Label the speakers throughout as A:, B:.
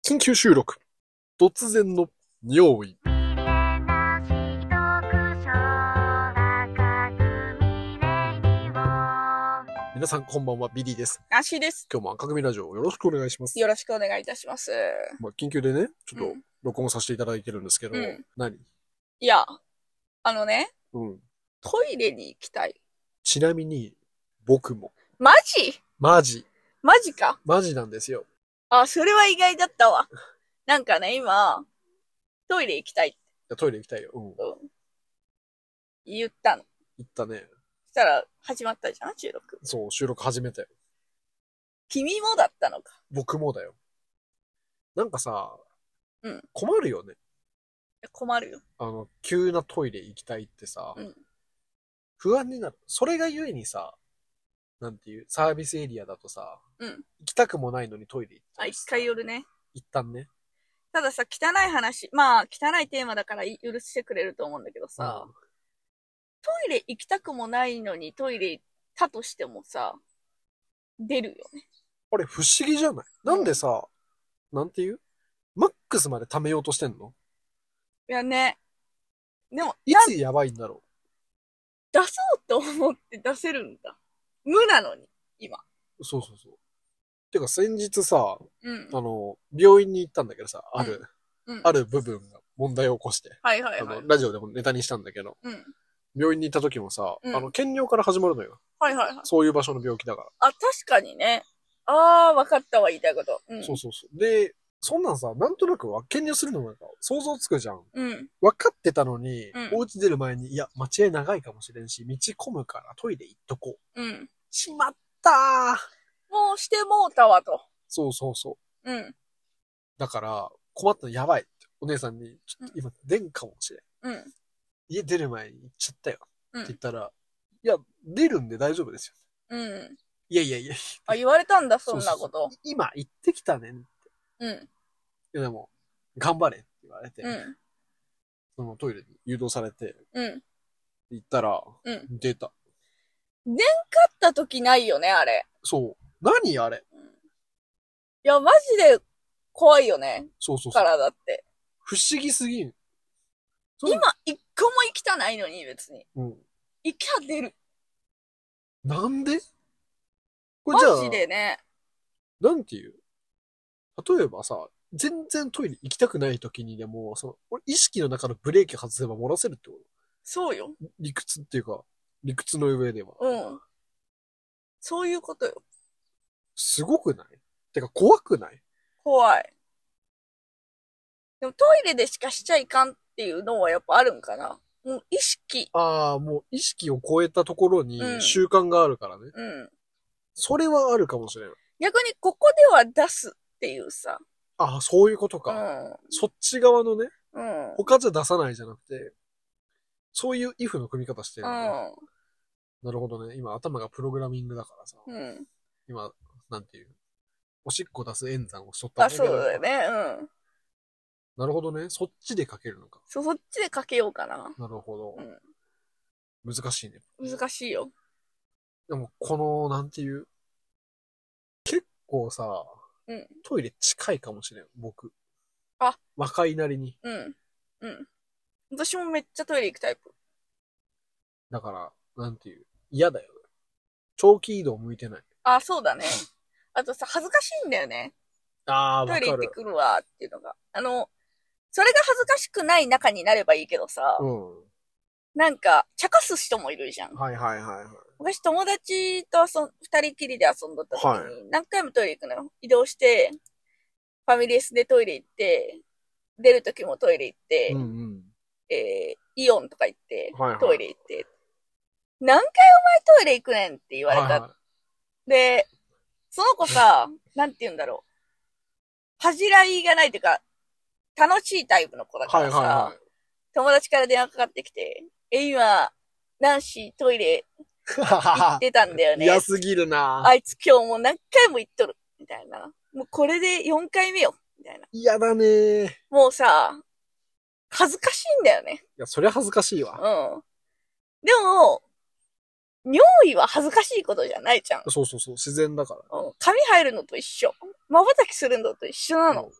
A: 緊急収録。突然の尿意。皆さんこんばんは、ビリーです。
B: なしです。
A: 今日も赤組ラジオよろしくお願いします。
B: よろしくお願いいたします。
A: まあ、緊急でね、ちょっ
B: う
A: と
B: ん
A: 録音させていただいてるんですけど、
B: うん
A: 何
B: いや、あのね、
A: うん。
B: トイレに行きたい。
A: ちなみに、僕も、
B: マジ
A: マジ、
B: マジか。
A: マジなんですよ。
B: あ、それは意外だったわ。なんかね、今、トイレ行きたいって
A: いやトイレ行きたいよ。うん。行
B: 言ったの。
A: ったね。
B: そしたら、始まったじゃん収録。
A: そう、収録始めたよ。
B: 君もだったのか。
A: 僕もだよ。なんかさ、
B: うん
A: 困るよね。
B: いや困るよ。
A: あの、急なトイレ行きたいってさ、
B: うん
A: 不安になる。それがゆえにさ、なんていう、サービスエリアだとさ、
B: うん
A: 行きたくもないのにトイレ行っちゃ
B: あ、
A: う
B: 一回寄るね。
A: 一旦ね。
B: たださ、汚い話。まあ、汚いテーマだからい許してくれると思うんだけどさ、
A: うん
B: トイレ行きたくもないのにトイレ行ったとしてもさ、出るよね。
A: あれ不思議じゃないなんでさ、なんていうマックスまで貯めようとしてんの
B: いやね。でも、
A: い
B: なん
A: つやばいんだろ
B: 出そうと思って出せるんだ。無なのに、今。
A: うそうそうそう。てか先日さ、
B: うん
A: あの、病院に行ったんだけどさ、ある、
B: うん、
A: ある部分が問題を起こして、
B: はいはい
A: あ
B: はい
A: の、。ラジオでもネタにしたんだけど、
B: うん。
A: 病院に行った時もさ、
B: うん
A: あの、検尿から始まるのよ。
B: はいはいはい。
A: そういう場所の病気だから。
B: あ、確かにね。あー、わかったわ、言いたいこと。うん。
A: そうそうそう。で、そんなんさ、なんとなくは、検入するのもなんか想像つくじゃん。
B: うん。
A: 分かってたのに、
B: うん
A: お家出る前に、いや、待合長いかもしれんし、道混むからトイレ行っとこう。
B: うん。
A: しまったー
B: もうしてもうたわと。
A: そうそうそう。
B: うん。
A: だから、困ったのやばいって。お姉さんに、ちょっと今出んかもしれん。
B: うん。
A: 家出る前に行っちゃったよ。
B: うん
A: って言ったら、いや、出るんで大丈夫ですよ。
B: うん。
A: いやいやいや、
B: あ、言われたんだ、そんなこ
A: そう
B: と
A: そう。今行ってきたねん。い
B: うん。
A: やでも、頑張れって言われて、
B: うん。
A: そのトイレに誘導されて、
B: うん。
A: 行ったら、
B: うん
A: 出た。
B: 勝った時ないよね、あれ。
A: そう。何あれ
B: いや、マジで怖いよね、
A: そうそうそう。
B: 体って。
A: 不思議すぎん。そう
B: 今、一個も行きたないのに、別に。
A: うん。
B: 行きゃ出る。
A: なんでこれ
B: マ
A: じゃ
B: ジ
A: あ、
B: でね。
A: なんていう例えばさ、全然トイレ行きたくない時にでも、その、俺意識の中のブレーキ外せば漏らせるってこ
B: そうよ。
A: と理屈っていうか、理屈の上では。
B: うん。そういうことよ。
A: すごくないてか怖くない
B: 怖い。でもトイレでしかしちゃいかんっていうのはやっぱあるんかな。もう意識。
A: ああ、もう意識を超えたところに
B: うん
A: 習慣があるからね。
B: うん。
A: それはあるかもしれない。
B: 逆にここでは出すっていうさ。
A: ああ、そういうこと
B: う
A: か。
B: ん。
A: そっち側のね、
B: うん。うん。
A: 他じゃ出さないじゃなくて、そういう if の組み方してるんだね、なるほどね。今頭がプログラミングだからさ。
B: うん。
A: 今、なんていう。おしっこ出す演算をしとったん
B: あ、
A: だ
B: そ
A: け
B: う
A: ど
B: だよね。うん。
A: なるほどね。そっちで書けるのか。
B: そ、そっちでかけようかな。
A: なるほど。難しいね。
B: 難しいよ。
A: でも、この、なんていう。結構さ、
B: うん
A: トイレ近いかもしれん、僕。
B: あ
A: 若いなりに。
B: うん。うん。私もめっちゃトイレ行くタイプ。
A: だから、なんていう。嫌だよね。長期移動向いてない。
B: あ、そうだね。あとさ、恥ずかしいんだよね。
A: ああー、
B: ト
A: わ
B: イレ行
A: か
B: って
A: る。
B: くるわっていうのが。あの、それが恥ずかしくない中になればいいけどさ、
A: うん。
B: なんか、茶化す人もいるじゃん。
A: はいはいはいはい。
B: 私友達と遊ん、二人きりで遊んどった時に、
A: は
B: 何回もトイレ行くのよ。移動して、ファミレスでトイレ行って、出る時もトイレ行って、
A: うんうん。
B: えー、イオンとか行って、
A: はいはい
B: トイレ行って、何回お前トイレ行くねんって言われた。
A: はいはい
B: で、その 子さ、なんて言うんだろう。恥じらいがないというか、楽しいタイプの子だか
A: はいは
B: ら
A: い
B: さ、
A: はい。
B: 友達から電話かかってきて、え、今、ナンシートイレ行ってたんだよね
A: 嫌。すぎるな
B: あいつ今日もう何回も行っとる。みたいな。もうこれで4回目よ。みたいな。
A: 嫌だねー。い
B: もうさ、恥ずかしいんだよね。
A: や、そりゃ恥ずかしいわ。
B: うん。でも、尿意は恥ずかしいことじゃないじゃん。
A: そうそうそう、自然だから。
B: うん。髪入るのと一緒。瞬きするのと一緒なの。
A: うん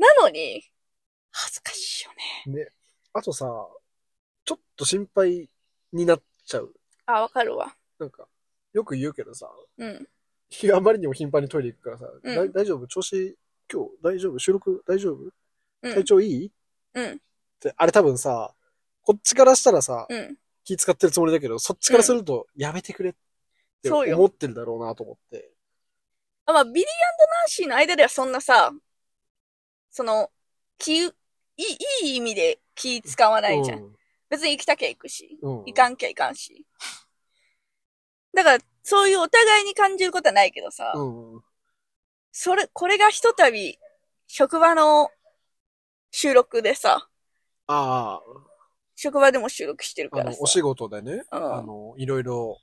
B: なのに、恥ずかしいよね。
A: あとさ、ちょっと心配になっちゃう。
B: あ、わかるわ。
A: なんか、よく言うけどさ、
B: うん。
A: いやあまりにも頻繁にトイレ行くからさ、
B: うん
A: だい大丈夫調子、今日大丈夫収録大丈夫
B: うん
A: 体調いい、っ
B: うん。
A: て、あれ多分さ、こっちからしたらさ、
B: うん。
A: 気使ってるつもりだけど、そっちからすると、やめてくれって
B: そうよ
A: 思ってるだろうなと思って。
B: あまあ、ビリーナンシーの間ではそんなさ、その、気、いい、いい意味で気使わないじゃん。別に行きたきゃ行くし、
A: うん。うん
B: 行かんきゃ行かんし。だから、そういうお互いに感じることはないけどさ、
A: うん。
B: それ、これがひとたび、職場の収録でさ、
A: あ
B: 職場でも収録してる
A: あ、あ
B: から
A: の
B: さ。、
A: お仕事でね、
B: うん
A: あの、いろいろ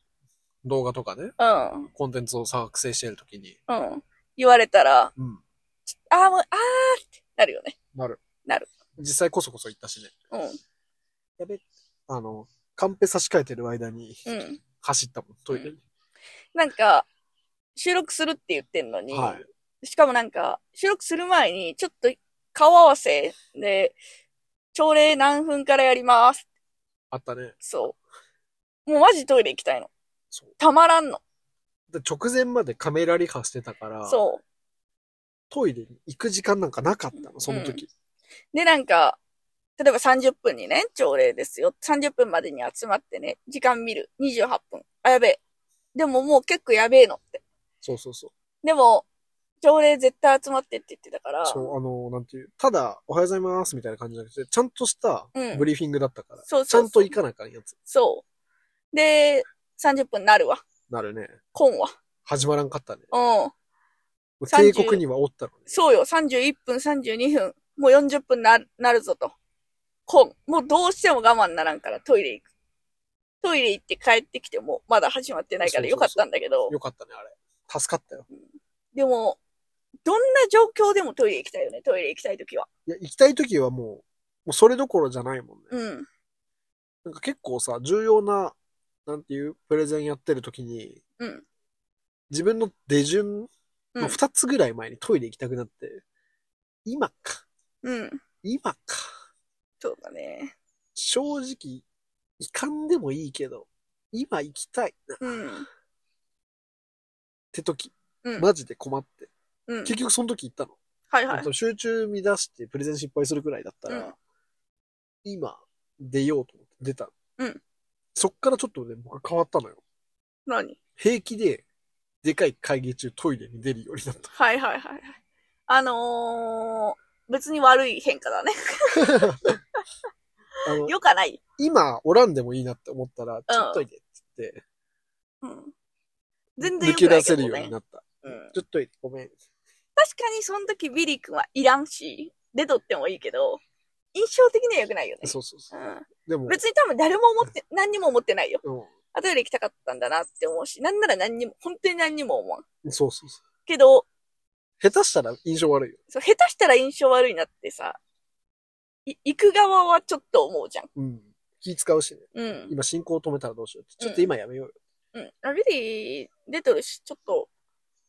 A: 動画とかね、
B: うん、
A: コンテンツを作成してるときに、
B: うん。言われたら、
A: うん。
B: ああ、もう、ああってなるよね。
A: なる。
B: なる。
A: 実際こそこそ行ったしね。
B: うん、
A: やべ、あの、カンペ差し替えてる間に
B: うん。
A: 走ったもん、トイレに。
B: なんか、収録するって言ってんのに、
A: はい。
B: しかもなんか、収録する前に、ちょっと顔合わせで、朝礼何分からやります。
A: あったね。
B: そう。もうマジトイレ行きたいの。
A: そう。
B: たまらんの。
A: で直前までカメラリハしてたから、
B: そ
A: トイレに行く時間なんかなかったの、その時。
B: う。で、なんか、例えば30分にね、朝礼ですよ。30分までに集まってね、時間見る。28分。あ、やべえ。でももう結構やべえのって。
A: そうそうそう。
B: でも、朝礼絶対集まってって言ってたから。
A: そう、あの、なんていう、ただ、おはようございますみたいな感じじゃなくて、ちゃんとした
B: うん
A: ブリーフィングだったから、
B: そう
A: ち
B: そ
A: ゃ
B: うそうん
A: と行かなあかんやつ。
B: そう。で、30分なるわ。
A: なるね。
B: コンは。
A: 始まらんかったね。
B: うん。
A: 警
B: 30
A: 告にはおったのね。
B: そうよ、31分、32分、もう40分なるなるぞと。こう、もうどうしても我慢ならんからトイレ行く。トイレ行って帰ってきてもまだ始まってないから
A: そうそう
B: よ
A: そう
B: かったんだけど、
A: よかったね、あれ。助かったよ。
B: でも、どんな状況でもトイレ行きたいよね、トイレ行きたいときは。
A: いや、行きたい時はもう、もうそれどころじゃないもんね。
B: うん、
A: なんか結構さ、重要な、なんていう、プレゼンやってる時に、
B: うん
A: 自分の出順
B: う
A: の
B: ん
A: 2つぐらい前にトイレ行きたくなって、今か、
B: うん、
A: 今か、
B: そうだね。
A: 正直、行かんでもいいけど、今行きたいなっ
B: うん、
A: て時、
B: うん
A: マジで困って。
B: うん。
A: 結局その時行ったの。
B: はいはい
A: あ。と集中乱してプレゼン失敗するくらいだったら、
B: うん
A: 今出ようと思って出た。
B: うん
A: そっからちょっとね、僕変わったのよ。
B: 何
A: 平気で、でかい会議中トイレに出るようにな った。
B: はいはいはいはい。あのー、別に悪い変化だね。
A: あの
B: よかない。
A: 今、おらんでもいいなって思ったら、ちょっといでってって、
B: うん。全
A: 抜
B: 然よく
A: け
B: な
A: 出
B: いけ
A: せ
B: ど、
A: る
B: ね。
A: ようになった。
B: うん。
A: ちょっといで、ごめん。
B: 確かにその時ビリー君はいらんし、出とってもいいけど、印象的には良くないよね。
A: そうそうそう。
B: う
A: でも
B: ん。、別に多分誰も思って、何にも思ってないよ。
A: う
B: あ、トイレ行きたかったんだなって思うし、なんなら何にも、本当に何にも思わん。
A: ん、そうそうそう。
B: けど、
A: 下手したら印象悪いよ。
B: そう下手したら印象悪いなってさ、い行く側はちょっと思うじゃん。
A: うん。気使うしね。
B: うん。
A: 今進行止めたらどうしようって。ちょっと今やめようよ。
B: うん。あビリー出とるし、ちょっと、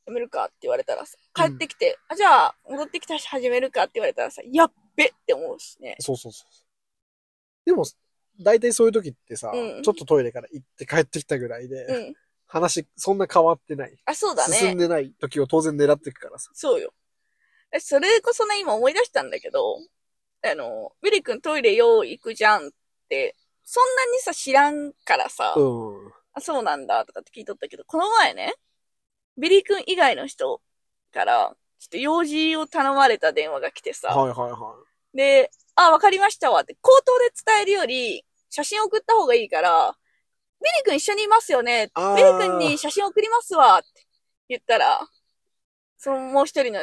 B: やめるかって言われたらさ、帰ってきて、あ、じゃあ、戻ってきたし始めるかって言われたらさ、やっべって思うしね。
A: そうそうそう。でも、大体そういう時ってさ、
B: うん
A: ちょっとトイレから行って帰ってきたぐらいで、
B: うん。
A: 話、そんな変わってない。
B: あ、そうだね。
A: 進んでない時を当然狙っていくからさ。
B: そうよ。えそれこそね、今思い出したんだけど、あの、ウィリ君トイレよう行くじゃんって、そんなにさ、知らんからさ、
A: うん。
B: あ、そうなんだとかって聞いとったけど、この前ね、ビリー君以外の人から、ちょっと用事を頼まれた電話が来てさ、
A: はいはいは
B: で、あ、わかりましたわって、口頭で伝えるより、写真送った方がいいから、ビリー君一緒にいますよね
A: あー
B: ビリー君に写真送りますわって言ったら、そのもう一人の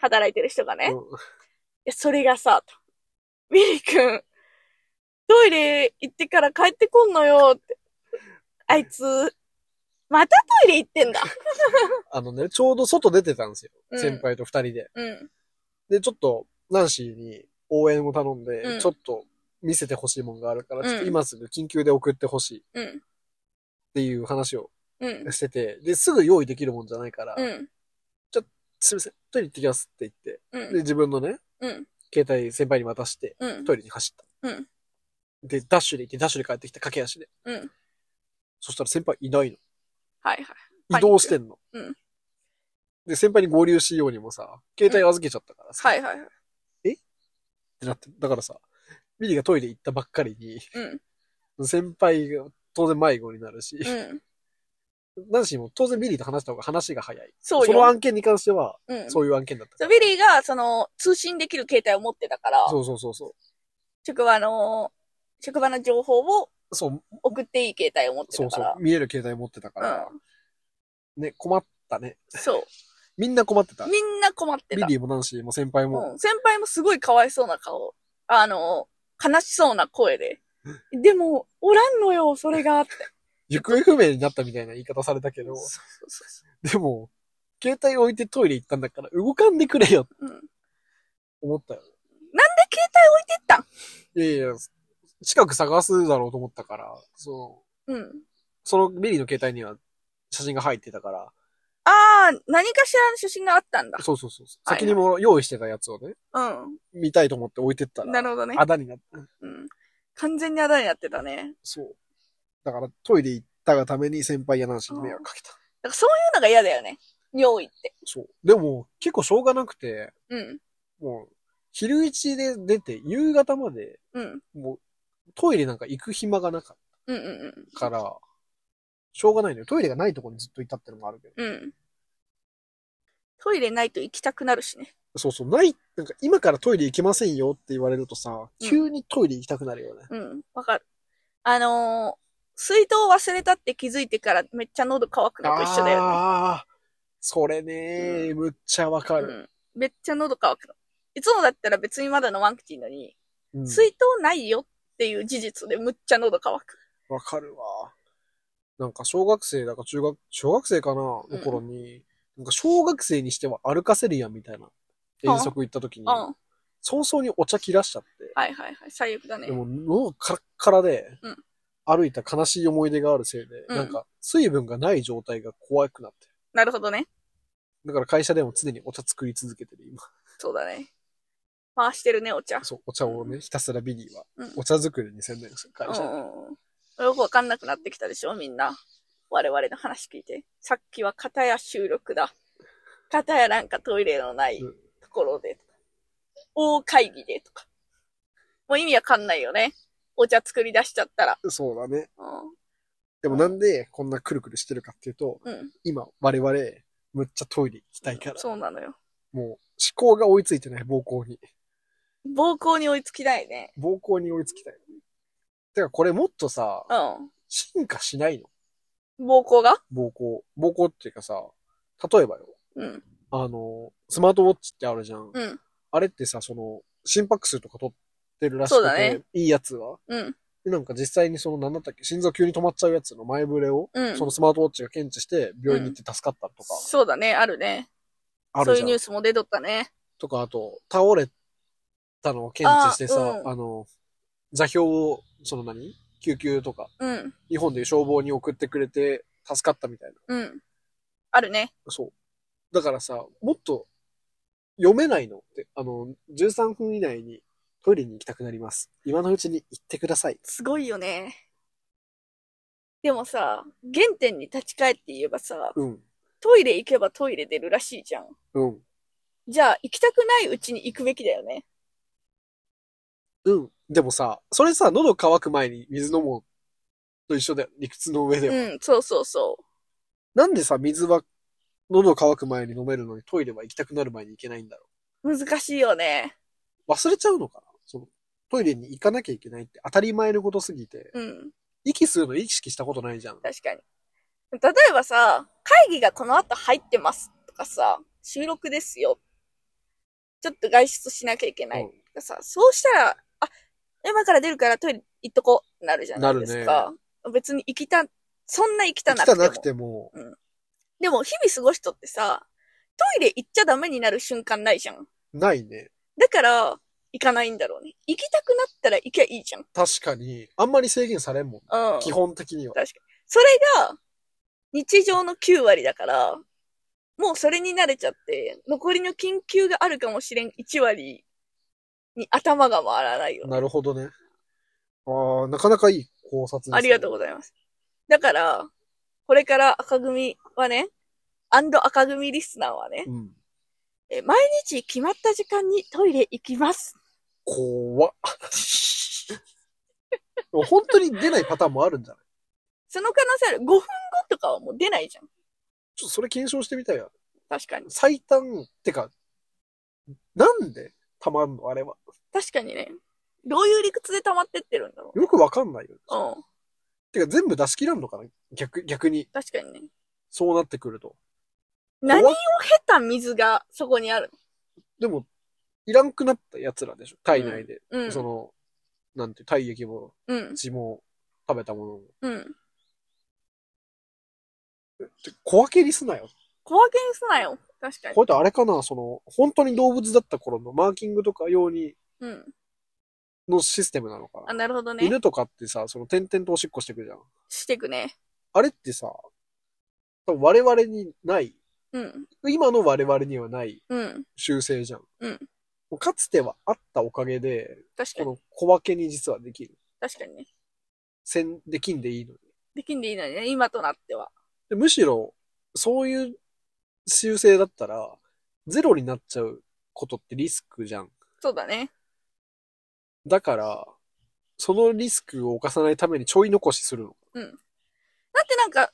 B: 働いてる人がね、
A: い。
B: い
A: うん
B: や、それがさ、とビリー君、トイレ行ってから帰ってこんのよって。あいつ、またトイレ行ってんだ。
A: あのね、ちょうど外出てたんですよ。
B: うん
A: 先輩と二人で。
B: うん。
A: で、ちょっと、ナンシーに応援を頼んで、
B: うん
A: ちょっと見せてほしいもんがあるから、
B: うん
A: ちょっと今すぐ緊急で送ってほしいっ
B: うん。
A: ていう話を
B: うん。
A: してて、で、すぐ用意できるもんじゃないから、
B: うん。
A: すいません、トイレ行ってきますって言って、で、
B: うん。
A: 自分のね、
B: うん。
A: 携帯先輩に渡して、
B: うん。
A: トイレに走った。
B: うん
A: で、ダッシュで行って、ダッシュで帰ってきた、駆け足で。
B: うん。はい
A: そしたら先輩いない
B: はい。
A: の。移動してんの。
B: うん
A: で、先輩に合流しようにもさ、携帯預けちゃったからさ、
B: は
A: っ
B: いはいはい。
A: てなって、だからさ、ミリがトイレ行ったばっかりに、
B: うん。
A: 先輩が当然迷子になるし、
B: うん。
A: 何しも当然ミリと話した方が話が早い。
B: そう
A: その
B: よ。
A: 案件に関しては、
B: うん。
A: そういう案件だった。
B: そうビリーが、その、通信できる携帯を持ってたから、
A: そうそうそうそ
B: 職場の、職場の情報を
A: う。そう、
B: 送っていい携帯を持って
A: そ
B: た
A: う
B: か
A: そ
B: ら
A: う。。見える携帯持ってたから、
B: う
A: ね、困ったね。
B: そ
A: みんな困ってた
B: う。。みんな困って
A: ミ
B: た。
A: リもナンシーも先輩も、
B: うん。先輩もすごいかわいそうな顔。あの、悲しそうな声で。でも、おらんのよ、それが。って。
A: 行方不明になったみたいな言い方されたけど、
B: そうそうそ
A: でも、携帯置いてトイレ行ったんだから動かんでくれよって
B: う。うん。なんで
A: 思ったよ。
B: 携帯置いてったん
A: いやいや、近く探すだろうと思ったから、そう。
B: うん。
A: そのミリの携帯には写真が入ってたから、
B: ああ、何かしらの写真があったんだ。
A: そうそうそうそう。
B: はいはい
A: 先にも用意してたやつをね、
B: う
A: 見たいと思って置いてった
B: ん。な
A: ら、
B: るほどね。
A: あだになった。
B: うん。完全にあだになってたね。
A: そう。だからトイレ行ったがために先輩やナンシーに迷惑かけた。
B: だからそういうのが嫌だよね。尿意って。
A: そう。でも、結構しょうがなくて、
B: うん。
A: もう、昼一で出て、夕方まで、
B: うん。
A: もう、トイレなんか行く暇がなかっ
B: うんうん
A: たから、しょうがないのよ。トイレがないところにずっといたってのもあるけど。
B: うん。うん。トイレないと行きたくなるしね。
A: そうそう、ない、なんか今からトイレ行けませんよって言われるとさ、
B: うん
A: 急にトイレ行きたくなるよね。
B: うん。わかる。あのー水筒忘れたって気づいてからめっちゃ喉乾くのと一緒だよね。
A: ああ、それねー、むっちゃわか
B: う
A: る。
B: ん。めっちゃ喉乾くの。いつもだったら別にまだ飲まんくていいのに、
A: うん
B: 水筒ないよっていう事実でむっちゃ喉乾く。
A: わかるわ。なんか小学生だか中学、小学生かなの
B: うん
A: 頃に、なんか小学生にしては歩かせるやんみたいな遠足行った時に
B: うん。、はい
A: 早々にお茶切らしちゃって、
B: はいはい。最悪だね
A: で。も喉カラッカラで
B: うん、
A: 歩いた悲しい思い出があるせいで、
B: うん
A: なんか水分がない状態が怖くなって。
B: なるほどね。
A: だから会社でも常にお茶作り続けてる今。
B: そうだね。回してるね、お茶。
A: そう、お茶をね、ひたすらビリーは
B: うん、
A: お茶作りに専念する会社で。
B: うん。よくわかんなくなってきたでしょ、みんな。我々の話聞いて。さっきは片や収録だ。片やなんかトイレのない
A: うん
B: ところでとか。大会議でとか。もう意味わかんないよね。お茶作り出しちゃったら。
A: そうだね。
B: う
A: でもなんでこんなくるくるしてるかっていうと、
B: ん。うん。
A: 今我々、むっちゃトイレ行きたいから。
B: そうなのよ。
A: もう思考が追いついてない、暴行に。
B: 暴行に追いつきないね。
A: 暴行に追いつきたい。てかこれもっとさ、
B: う
A: 進化しないの
B: ん。暴行が
A: 暴行。暴行っていうかさ、例えばよ、
B: うん。
A: あの、スマートウォッチってあるじゃん。
B: うん。
A: あれってさ、その、心拍数とか取ってるらしくて、
B: そうだね
A: いいやつは。
B: うん。
A: でなんか実際にその、なんだったっけ、心臓急に止まっちゃうやつの前触れを、
B: うん。
A: そのスマートウォッチが検知して、病院に行って助かったとか、
B: そうだね、あるね。
A: ある
B: そうい
A: じゃ
B: う
A: ん
B: ニュ。ースも出とったね。
A: とか、あと、倒れたのを検知してさ、
B: あ
A: あ,、
B: うん
A: の、座標を、その何救急とか、
B: うん。
A: 日本でいう消防に送ってくれて、助かったみたいな。
B: うん。あるね。
A: そう。だからさ、もっと、読めないのって、あの、13分以内にトイレに行きたくなります。今のうちに行ってください。
B: すごいよね。でもさ、原点に立ち返って言えばさ、
A: うん、
B: トイレ行けばトイレ出るらしいじゃん。
A: うん、
B: じゃあ、行きたくないうちに行くべきだよね。
A: うん。でもさ、それさ、喉乾く前に水飲もうと一緒だよ。理屈の上では。
B: うん、そうそうそ
A: なんでさ、水は喉乾く前に飲めるのにトイレは行きたくなる前に行けないんだろ
B: う。難しいよね。
A: う。忘れちゃうのかなそのトイレに行かなきゃいけないって当たり前のことすぎて、
B: うん、
A: 息するの意識したことないじゃん。
B: 確かに。例えばさ、会議がこの後入ってますとかさ、収録ですよ。ちょっと外出しなきゃいけないとかさ、そうしたら、あ、今から出るからトイレ行っとこう、なるじゃないですか。別に行きた、そんな行きた
A: 行
B: な
A: き
B: くて
A: た
B: も。
A: なくても、
B: でも日々過ごしとってさ、トイレ行っちゃダメになる瞬間ないじゃん。
A: ないね。
B: だから、行かないんだろうね。行きたくなったら行きゃいいじゃん。
A: 確かに、あんまり制限されんもん。
B: うん。
A: 基本的には。
B: それが、日常の9割だから、もうそれに慣れちゃって、残りの緊急があるかもしれん1割に頭が回らないよ。
A: なるほどね。ああ、なかなかいい考察です、ね。
B: ありがとうございます。だから、これから赤組はね、アンド赤組リスナーはね、
A: うん。
B: え毎日決まった時間にトイレ行きます。
A: 怖っ。 もう本当に出ないパターンもあるんじゃない
B: その可能性ある。5分後とかはもう出ないじゃん。
A: ちょっとそれ検証してみたいな。
B: 確かに。
A: 最短、ってか、なんでたまんのあれは。
B: 確かにね。どういう理屈で溜まってってるんだろ
A: よくわかんないよ。
B: う。うん。
A: てか全部出し切らんのかな逆、逆に。
B: 確かにね。
A: そうなってくると。
B: 何を
A: 怖っ
B: 経た水がそこにある
A: でも、いらんくなった奴らでしょ体内で。
B: のうん。
A: その、なんて、体液も、
B: うん。
A: 血も、食べたものも。
B: うん。
A: て小分けにすなよ。
B: 小分けにすなよ。確かに。
A: これってあれかなその、本当に動物だった頃のマーキングとか用に、
B: うん。
A: のシステムなのか
B: あ、
A: な、
B: なるほどね。
A: 犬とかってさ、その、点々とおしっこしてくじゃん。
B: してくね。
A: あれってさ、多分我々にない、
B: うん。
A: 今の我々にはない
B: うん。
A: 習性じゃん。
B: うん
A: かつてはあったおかげで、
B: 確か
A: こ
B: に。
A: の小分けに実はできる。
B: 確かにね。
A: せん、できんでいいのに。
B: できんでいいのにね、今となっては。
A: でむしろ、そういう習性だったら、ゼロになっちゃうことってリスクじゃん。
B: そうだね。
A: だから、そのリスクを犯さないためにちょい残しするの。
B: だってなんか、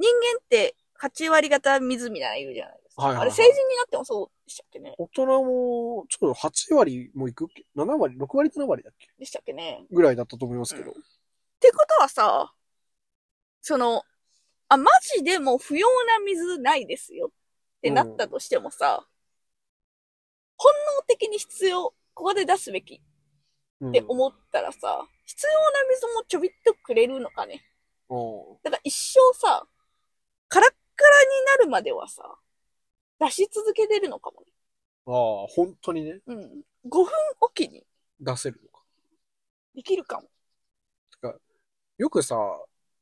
B: 人間って8割型水みたいなの言うじゃないですか。
A: はいはいはい
B: あれ成人になってもそうでしたっけね。
A: 大人も、ちょっと8割もいくっけ ?7 割 ?6 割 ?7 割だっけ
B: でしたっけね。
A: ぐらいだったと思いますけど。
B: うんってことはさ、その、あ、マジでもう不要な水ないですよってなったとしてもさ、本能的に必要、ここで出すべきっ
A: うん
B: て思ったらさ、必要な水もちょびっとくれるのかね。
A: うん
B: だから一生さ、カラッカラになるまではさ、出し続けてるのかも
A: ああ、本当にね、
B: ね。うん。5分おきに
A: 出せるのか。
B: できるかも。
A: よくさ、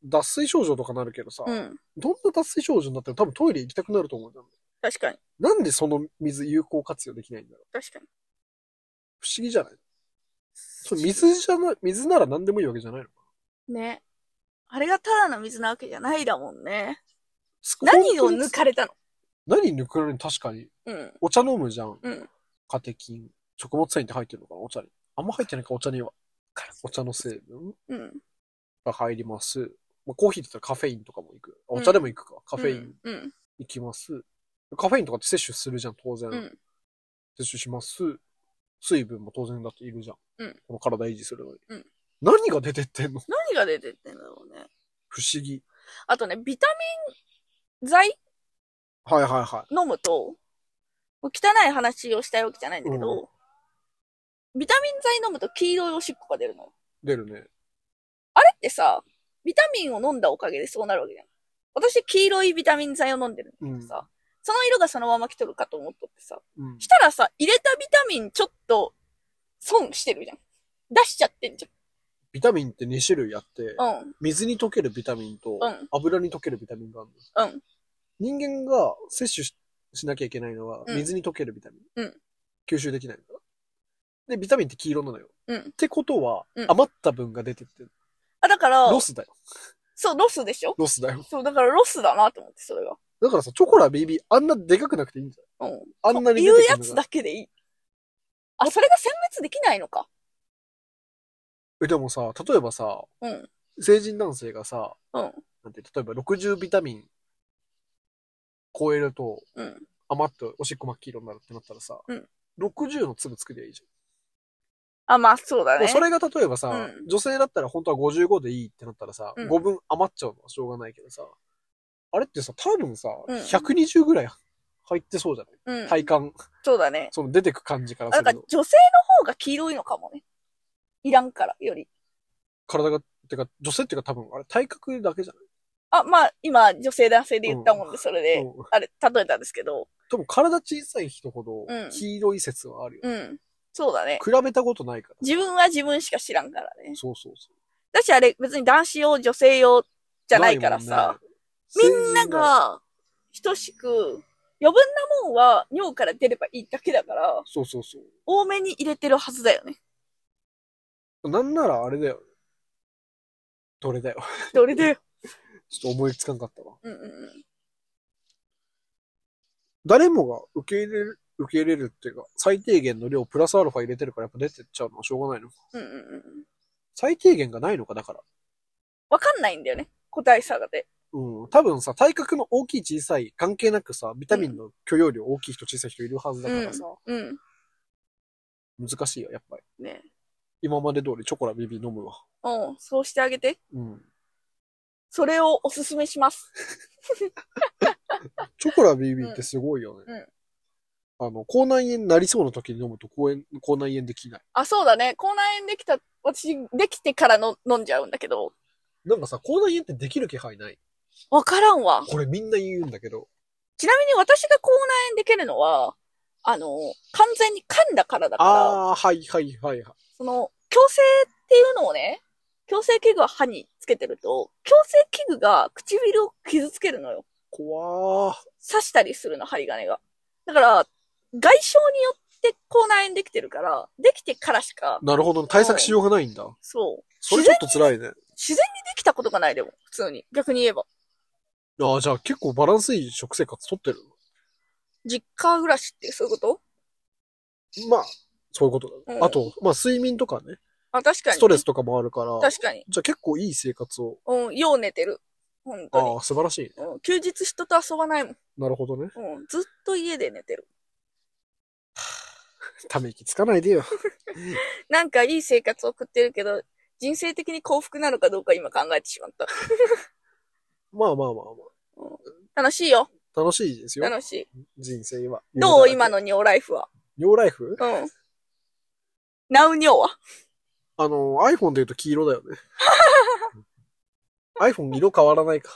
A: 脱水症状とかなるけどさ、
B: うん。
A: どんな脱水症状になっても多分トイレ行きたくなると思うんだよ。
B: 確かに。
A: なんでその水有効活用できないんだろう。
B: 確かに。
A: 不思議じゃないそれ水じゃない、水なら何でもいいわけじゃないの
B: ね。あれがただの水なわけじゃないだもんね。
A: 本
B: 何を
A: 当に
B: 抜かれたの
A: 何抜かれるの確かに。
B: うん。
A: お茶飲むじゃん。
B: うん。
A: カテキン。食物繊維って入ってるのかなお茶に。あんま入ってないか、お茶には。お茶の成分
B: うん。
A: が入ります。まあ、コーヒーだったらカフェインとかも行く。あお茶でも行くか。カ
B: カ
A: フェイン。
B: うん。
A: 行きます。カフェインとかって摂取するじゃん、当然。
B: うん。
A: 摂取します。水分も当然だっているじゃん。
B: うん
A: この体維持するのに。
B: うん
A: 何が出てってんの
B: 何が出てってんだろうね。
A: 不思議。
B: あとね、ビタミン剤
A: はいはいは
B: 飲むと、もう汚い話をしたいわけじゃないんだけど、ビタミン剤飲むと黄色いおしっこが出るのよ。
A: い。出るね。
B: あれってさ、ビタミンを飲んだおかげでそうなるわけじゃん。私、黄色いビタミン剤を飲んでるんだ
A: う
B: け
A: ん
B: ど。さ、その色がそのまま来とるかと思っとってさ、
A: うん
B: したらさ、入れたビタミンちょっと損してるじゃん。出しちゃってんじ
A: ビタミンって2種類あって、
B: ゃん。うん、
A: 水に溶けるビタミンと
B: うん、
A: 油に溶けるビタミンがあるんです。
B: うん。
A: 人間が摂取ししなきゃいけないのは、
B: うん
A: 水に溶けるビタミン。
B: うん
A: 吸収できないから。で、ビタミンって黄色なのよ。
B: うん
A: ってことは、
B: うん
A: 余った分が出てって、
B: あ、だから、
A: ロスだよ。
B: そう、ロスでしょ
A: ロスだよ。
B: そう、だからロスだなと思って、それが。
A: だからさ、チョコラ BB あんなでかくなくていいんじ
B: うん。
A: ゃん。あんなに出
B: 言う
A: てく
B: や
A: る
B: つ
A: のが。
B: だけでいい。あ、それが選別できないのか。
A: え、でもさ、例えばさ、
B: うん。
A: 成人男性がさ、
B: うん。
A: なんて、例えば60ビタミン超えると、
B: うん。
A: 余っておしっこ真っ黄色になるってなったらさ、
B: うん
A: 60の粒作りゃいいじ
B: あ、まあ、そう
A: ゃ
B: だ
A: ん。
B: ね。
A: それが例えばさ、
B: うん
A: 女性だったら本当は55でいいってなったらさ、
B: うん
A: 5分余っちゃうのはしょうがないけどさ、あれってさ、多分さ、
B: うん
A: 120ぐらい入ってそうじゃない、
B: うん。
A: 体感、
B: そうだね。
A: その出てく感じから
B: あ
A: す
B: だ
A: る
B: から
A: と、
B: 女性の方が黄色いのかもね。いらんから、より。
A: 体が、てか、女性っていうか多分、あれ体格だけじゃない、
B: あ、まあ、今、女性男性で言ったもんで、それで、
A: うん
B: あれ、例えたんですけど。
A: 多分体小さい人ほど
B: うん
A: 黄色い説はあるよ、
B: うん。そうだね。
A: 比べたことないから。
B: 自分は自分しか知らんからね。
A: そうそうそう。
B: だし、あれ、別に男子用、女性用じゃないからさ。
A: ないも
B: みんなが、等しく、余分なもんは尿から出ればいいだけだから、
A: そうそうそう。
B: 多めに入れてるはずだよね。
A: なんならあれだよ。どれだよ。
B: どれで、
A: ちょっと思いつかんかったわ。
B: うんうんうん。
A: 誰もが受け入れる、受け入れるっていうか、最低限の量プラスアルファ入れてるからやっぱ出てっちゃうのはしょうがないのか。
B: うんうんうん。
A: 最低限がないのか、だから。
B: わかんないんだよね。個体差がで。
A: うん。多分さ、体格の大きい小さい関係なくさ、ビタミンの許容量大きい人小さい人いるはずだからさ、
B: うん。
A: 難しいよ、やっぱり。
B: ね
A: 今まで通りチョコラビビ飲むわ。
B: うん、そうしてあげて。
A: うん。
B: それをおすすめします。
A: チョコラビビってすごいよね。あの、口内炎になりそうな時に飲むと口炎口内炎できない。
B: あ、そうだね。口内炎できた、私、できてからの飲んじゃうんだけど。
A: なんかさ、口内炎ってできる気配ない。
B: わからんわ。
A: これみんな言うんだけど。
B: ちなみに私が口内炎できるのは、あの、完全に噛んだからだから、
A: ああー、はいはいはいはい。
B: その、矯正っていうのをね、矯正器具は歯につけてると、矯正器具が唇を傷つけるのよ。
A: 怖ー。
B: 刺したりするの、針金が。だから、外傷によって口内炎できてるから、できてからしか、
A: なるほど。対策しようがないんだ。
B: そう。
A: それちょっと辛いね。
B: 自然にできたことがないでも、普通に。逆に言えば。
A: ああ、じゃあ結構バランスいい食生活とってる
B: 実家暮らしってそういうこと
A: まあ、そういうことだ、ね
B: うん
A: あと、まあ睡眠とかね、
B: あ、確かに。
A: ストレスとかもあるから、
B: 確かに。
A: じゃあ結構いい生活を。
B: うん、よう寝てる。本当に
A: ああ、素晴らしいね。。
B: うん、休日人と遊ばないもん。
A: なるほどね。
B: うん、ずっと家で寝てる。
A: ため息つかないでよ。
B: なんかいい生活を送ってるけど、人生的に幸福なのかどうか今考えてしまった。
A: まあまあまあ
B: 楽しいよ。
A: まあ。楽しいですよ。
B: 楽しい。
A: 人生は。
B: どう今。の尿ライフは。
A: ニライフ
B: うん。ナウ尿は。
A: あの、iPhone で言うと黄色だよ ね。iPhone 色変わらないか。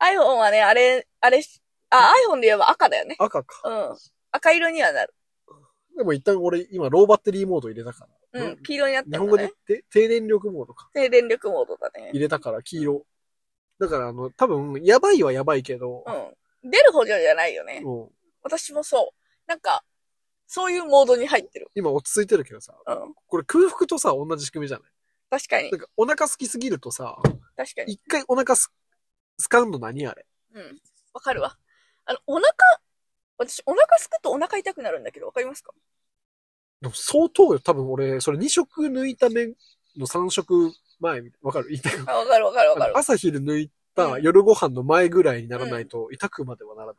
B: iPhone はね、あれ、あれ、あ、iPhone で言えば赤だよね。
A: 赤か。
B: うん。赤色にはなる。
A: でも一旦俺今ローバッテリーモード入れたから。
B: う
A: うん
B: ん、黄色になったん
A: 日
B: だ
A: 本語
B: ね
A: で。言って低電力モードか。
B: 低電力モードだね
A: 入。れたから黄色。だからあの、多分、やばいはやばいけど、
B: うん。出るほどじゃないよね。
A: うん
B: 私もそう。なんか、そういうモードに入ってる。
A: 今落ち着いてるけどさ、
B: うん。
A: これ空腹とさ、同じ仕組みじゃない
B: 確かに
A: な。んかお腹空きすぎるとさ、
B: 確かに。
A: 一回お腹す、すかんの何あれ
B: うん。わかるわ。あの、お腹、私、お腹すくとお腹痛くなるんだけど、わかりますか
A: でも相当よ。多分俺、それ2食抜いた麺の3食前みたいな。わかる痛く。
B: あわかるわかるわかる。
A: 朝昼抜いた
B: うん
A: 夜ご飯の前ぐらいにならないと、痛くまではならない。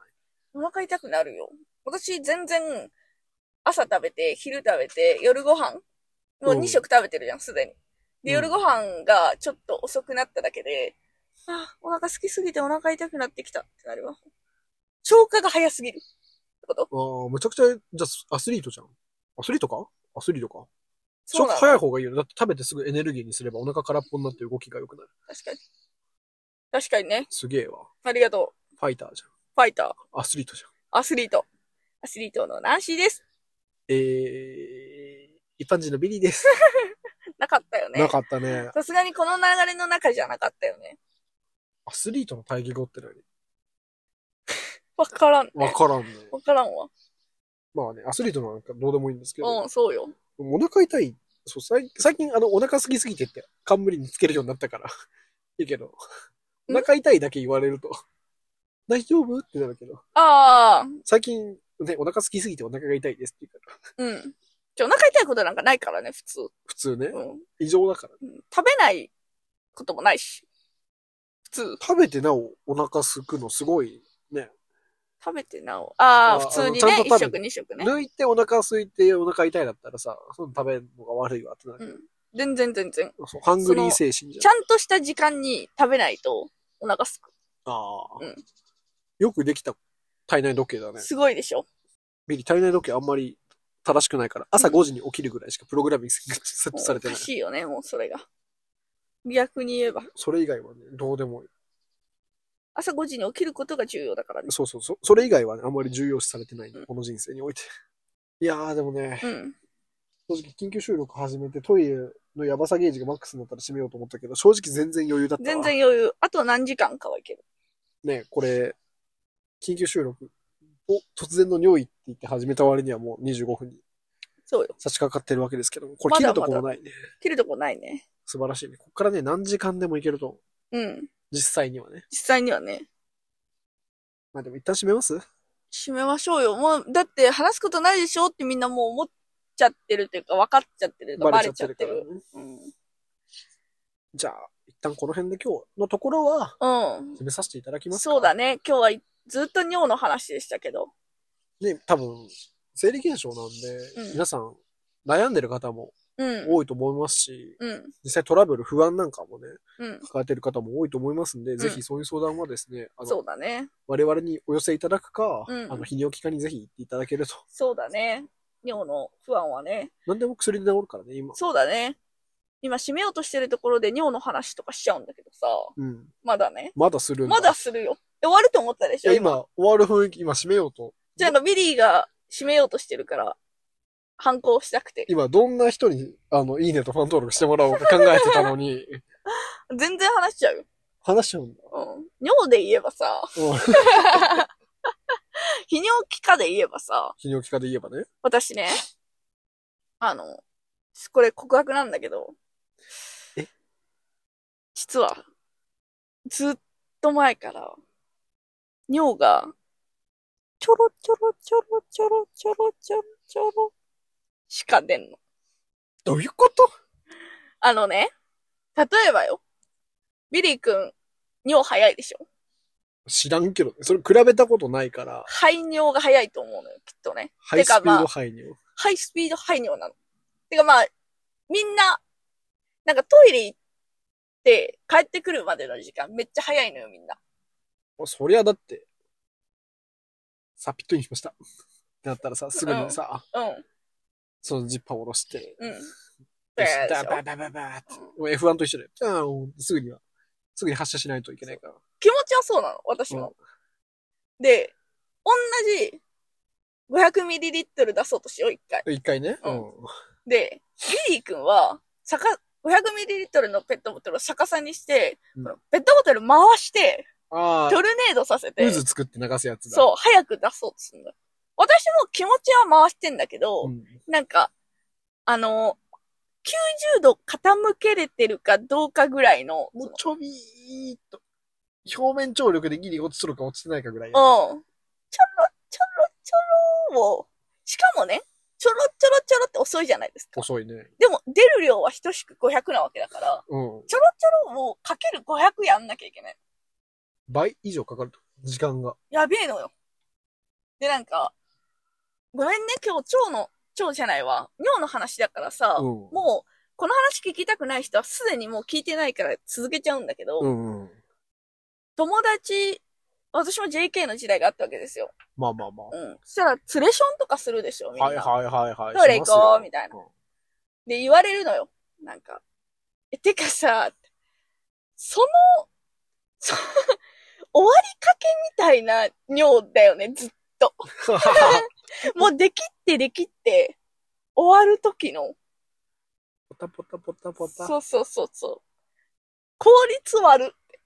B: お腹痛くなるよ。私、全然、朝食べて、昼食べて、夜ご飯もう
A: うん
B: 2食食べてるじゃん、すでに。で、
A: うん
B: 夜ご飯がちょっと遅くなっただけで、あ、お腹すきすぎてお腹痛くなってきたってなります。消化が早すぎる。ってこと
A: ああ、むちゃくちゃ、じゃあアスリートじゃん。アスリートかアスリートか。
B: そ
A: 食
B: うなの
A: 早い方がいいよね。だって食べてすぐエネルギーにすればお腹空っぽになって動きが良くなる。
B: 確かに。確かにね。
A: すげえわ。
B: ありがとう。
A: ファイターじ
B: ファイター、
A: ゃん。アスリートじゃん。
B: アスリート。アスリートのナンシーです。
A: えー、一般人のビリーです。
B: なかったよね
A: な。かったね。
B: さすがにこの流れの中じゃなかったよね。
A: アスリートの対義語って何
B: わからん、ね。
A: わからんね。
B: わからんわ。
A: まあね、アスリートなんかどうでもいいんですけど、
B: うん、そうよ。
A: お腹痛い。そう最最近、あの、お腹すきすぎてって、冠につけるようになったから。 いいけど、お
B: ん
A: 腹痛いだけ言われると、大丈夫ってなるけど、
B: ああ、
A: 最近、ね、お腹すきすぎてお腹が痛いですって言うから、
B: うん。ちょお腹痛いことなんかないからね、普通。
A: 普通ね
B: う、ん。
A: 異常だから。
B: 食べないこともないし。普通。
A: 食べてなおお腹すくのすごい、
B: 食べてなお。あ
A: あ
B: あ、普通に
A: ちゃ
B: ね、
A: んと
B: 一
A: 食
B: 食
A: べ
B: 二食ね。
A: 抜いてお腹空いてお腹痛いだったらさ、その食べるのが悪いわってなる
B: うん。全然全然。
A: そうハングリー精神じゃん
B: ち。ゃんとした時間に食べないとお腹すく。
A: ああ、
B: うん
A: よくできた体内時計だね。
B: すごいでしょ。
A: ビリ、体内時計あんまり正しくないから、朝5時に起きるぐらいしかプログラミングがセットされて
B: もうお
A: ない
B: か。しいよね、もうそれが。逆に言えば。
A: それ以外はね、どうでもいい。
B: 朝5時に起きることが重要だからね。
A: そうそうそう。それ以外はね、あんまり重要視されてない、
B: うん
A: この人生において。いやー、でもね、
B: うん。
A: 正直緊急収録始めてトイレのヤバさゲージがマックスになったら閉めようと思ったけど、正直全然余裕だったわ
B: 全然余裕。あと何時間かはいける。
A: ね、これ、緊急収録お、突然の尿意って言って始めた割にはもう25分に
B: そうよ。
A: 差し掛かってるわけですけども、これ切るとこもないね。
B: 切るとこないね。
A: 素晴らしいね。こっからね、何時間でもいけると思う。
B: うん。
A: 実際にはね。
B: 実際にはね。
A: まあでも一旦閉めます
B: 締めましょうよ。もう、だって話すことないでしょってみんなもう思っちゃってるというか、分かっちゃってるとか、バレちゃって
A: バレ
B: る。
A: からね。
B: うん。
A: じゃあ、一旦この辺で今日のところは、
B: うん。
A: 締めさせていただきますか
B: そうだね。今日はいずっと尿の話でしたけど。
A: ね、多分、生理現象なんで、
B: うん
A: 皆さん悩んでる方も
B: うん。
A: 多いと思いますし、
B: うん。
A: 実際トラブル、不安なんかもね、
B: うん。
A: 抱えてる方も多いと思いますんで、
B: ん
A: ぜひそういう相談はですね、あの、
B: そうだね。
A: 我々にお寄せいただくか、
B: うん
A: あの、泌尿器科にぜひ行っていただけると。
B: そうだね。尿の不安はね。
A: 何でも薬で治るからね、今。
B: そうだね。今締めようとしてるところで尿の話とかしちゃうんだけどさ。
A: うん。
B: まだね。
A: まだするん
B: まだするよ。え終わると思ったで
A: い
B: しょ
A: や、
B: 今。
A: 今、終わる雰囲気、今締めようと。
B: じゃあ、あの、ビリーが締めようとしてるから、反抗したくて。
A: 今、どんな人に、あの、いいねとファン登録してもらおうか考えてたのに、
B: 全然話しちゃうよ。
A: 話しちゃうんだ。
B: うん。尿で言えばさ、
A: うん
B: 泌尿器科で言えばさ、
A: 泌尿器科で言えばね。
B: 私ね、あの、これ告白なんだけど、
A: え
B: 実は、ずっと前から、尿が、ちょろちょろちょろちょろちょろちょろちょろ、しか出んの。
A: どういうこと
B: あのね、例えばよ、ビリーくん、尿早いでしょ
A: 知らんけど、それ比べたことないから、
B: 排尿が早いと思うのよ、きっとね。
A: ハイスピー
B: てかま
A: ド
B: あ
A: 排尿。
B: ハイスピード排尿なの。てかまあ、みんな、なんかトイレ行って帰ってくるまでの時間めっちゃ早いのよ、みんな。
A: そりゃだって、さ、ピットインしました。ってなったらさ、すぐにさ、
B: うん、
A: そのジッパーを下ろして、
B: うん。
A: よしダ
B: えーでしょ
A: ババババって、もう F1 と一緒で、じゃあ、すぐには、すぐに発射しないといけないから。
B: 気持ちはそうなの、私も。で、同じ 500ml 出そうとしよう、一回。
A: うん一回ね。
B: う
A: うんん。
B: で、リリー君は、逆、500ml のペットボトルを逆さにして、
A: うん
B: ペットボトル回して、
A: ああ、
B: トルネードさせて、
A: 渦作って流すやつだ。
B: そう、早く出そうとするのよ。私も気持ちは回してんだけど、
A: うん。
B: なんか、あの、90度傾けれてるかどうかぐらいの、
A: もうちょびーっと、表面張力でギリ落ちとるか落ちてないかぐらいや。
B: うん。ちょろちょろちょろを、しかもね、ちょろちょろちょろって遅いじゃないですか。
A: 遅いね。
B: でも、出る量は等しく500なわけだから、
A: うん。
B: ちょろちょろをかける500やんなきゃいけない。
A: 倍以上かかると。時間が。
B: やべえのよ。で、なんか、ごめんね、今日腸の、腸じゃないわ。尿の話だからさ、
A: うん。
B: もう、この話聞きたくない人はすでにもう聞いてないから続けちゃうんだけど、
A: うんうん。
B: 友達、私も JK の時代があったわけですよ。
A: まあまあま
B: うん。そしたら、ツレションとかするでしょ、みん
A: あ。
B: な。
A: はいはいはいはい。
B: トイレ行こう、み
A: い
B: たいな。
A: な。
B: で、言われるのよ。なんか。え、てかさ、その、そ 終わりかけみたいな尿だよね、ずっと。もうできってできって、終わる時の。
A: ポタポタポタポタ。
B: そうそうそうそう。効率悪って。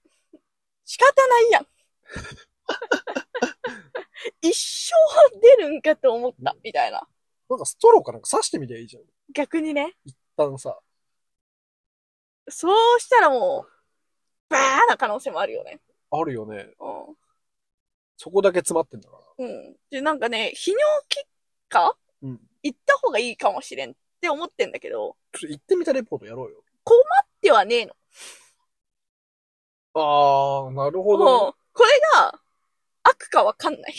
B: 仕方ないやん。 一生出るんかと思った、みたいな。
A: なんかストローかなんか刺してみりゃいいじゃん。
B: 逆にね。
A: あのさ、
B: そうしたらもう、バーな可能性もあるよね。
A: あるよね。
B: う
A: そこだけ詰まってんだから。
B: ん。うん。で、なんかね、泌尿器科
A: うん。
B: 行った方がいいかもしれんって思ってんだけど、
A: ちょっと行ってみたレポートやろうよ。
B: ではねえの。
A: あー、なるほど、
B: も
A: ね。
B: う、これが、悪かわかんない。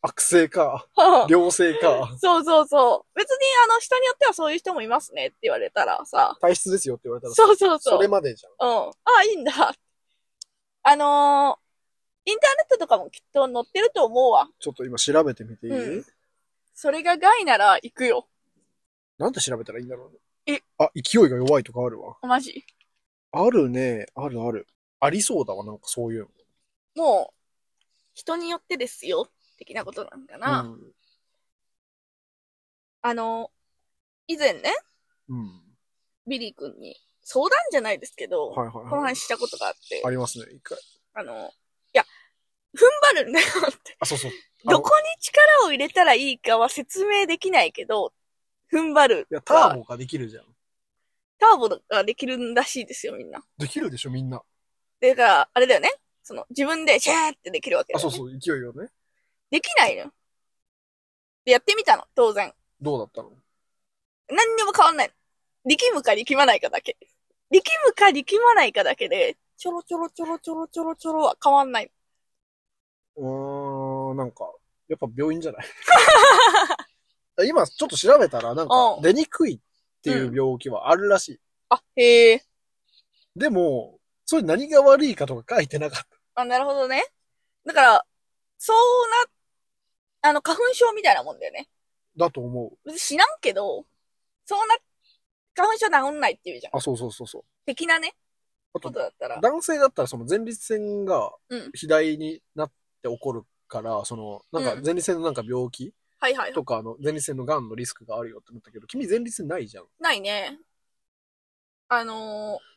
A: 悪性か、
B: そう
A: 良性か、
B: そうそう。別に、あの、人によってはそういう人もいますねって言われたらさ、
A: 体質ですよって言われたら
B: そうそうそう。
A: れ
B: うん。
A: までじゃん。
B: ああ、いいんだ。あのーインターネットとかもきっと載ってると思うわ。
A: ちょっと今調べてみていい、
B: うんそれが害なら行くよ。
A: なんて調べたらいいんだろうね。
B: え
A: あ、勢いが弱いとかあるわ。
B: マジ。
A: あるね。あるある。ありそうだわ、なんかそういう
B: もう、人によってですよ。的なことなんか
A: の。
B: な。あのー以前ね、
A: うん。うん。
B: ビリー君に相談じゃないですけど、
A: はいはい
B: この
A: はい。
B: 話したことがあって、
A: ありますね、一回。
B: あの、いや、踏ん張るんだよって。
A: あ、そうそう。あの
B: どこに力を入れたらいいかは説明できないけど、踏ん張る。
A: いや、ターボができるじゃん。
B: ターボができるらしいですよ、みんな。
A: できるでしょ、みんな。
B: で、だから、あれだよね。その、自分でシャーってできるわけだ
A: あ、
B: よね
A: そうそう、勢いよね。
B: できないのよ。で、やってみたの、当然。
A: どうだったの
B: 何にも変わんない。力むか力まないかだけ。力むか力まないかだけで、ちょろちょろちょろちょろちょろちょろは変わんない。
A: うーん、なんか、やっぱ病院じゃ ない今、ちょっと調べたら、なんか
B: う、ん
A: 出にくいっていう病気はあるらしい。
B: あ、へえ。
A: でも、それ何が悪いかとか書いてなかっ
B: あ、なるほどね。だから、そうな、あの、花粉症みたいなもんだよね。
A: た。だと思う。
B: 別に死なんけど、そうな、花粉症治んないっていうじゃん。
A: あ、そうそうそうそう。
B: 的なね、
A: あ
B: ことと、だったら。
A: 男性だったらその前立腺が
B: うん
A: 肥大になって起こるから、その、なんか
B: うん
A: 前立腺のなんか病気
B: はいはい。
A: とか、あの、前立腺の癌のリスクがあるよってなったけど、君前立腺ないじゃん。
B: ないね。あのー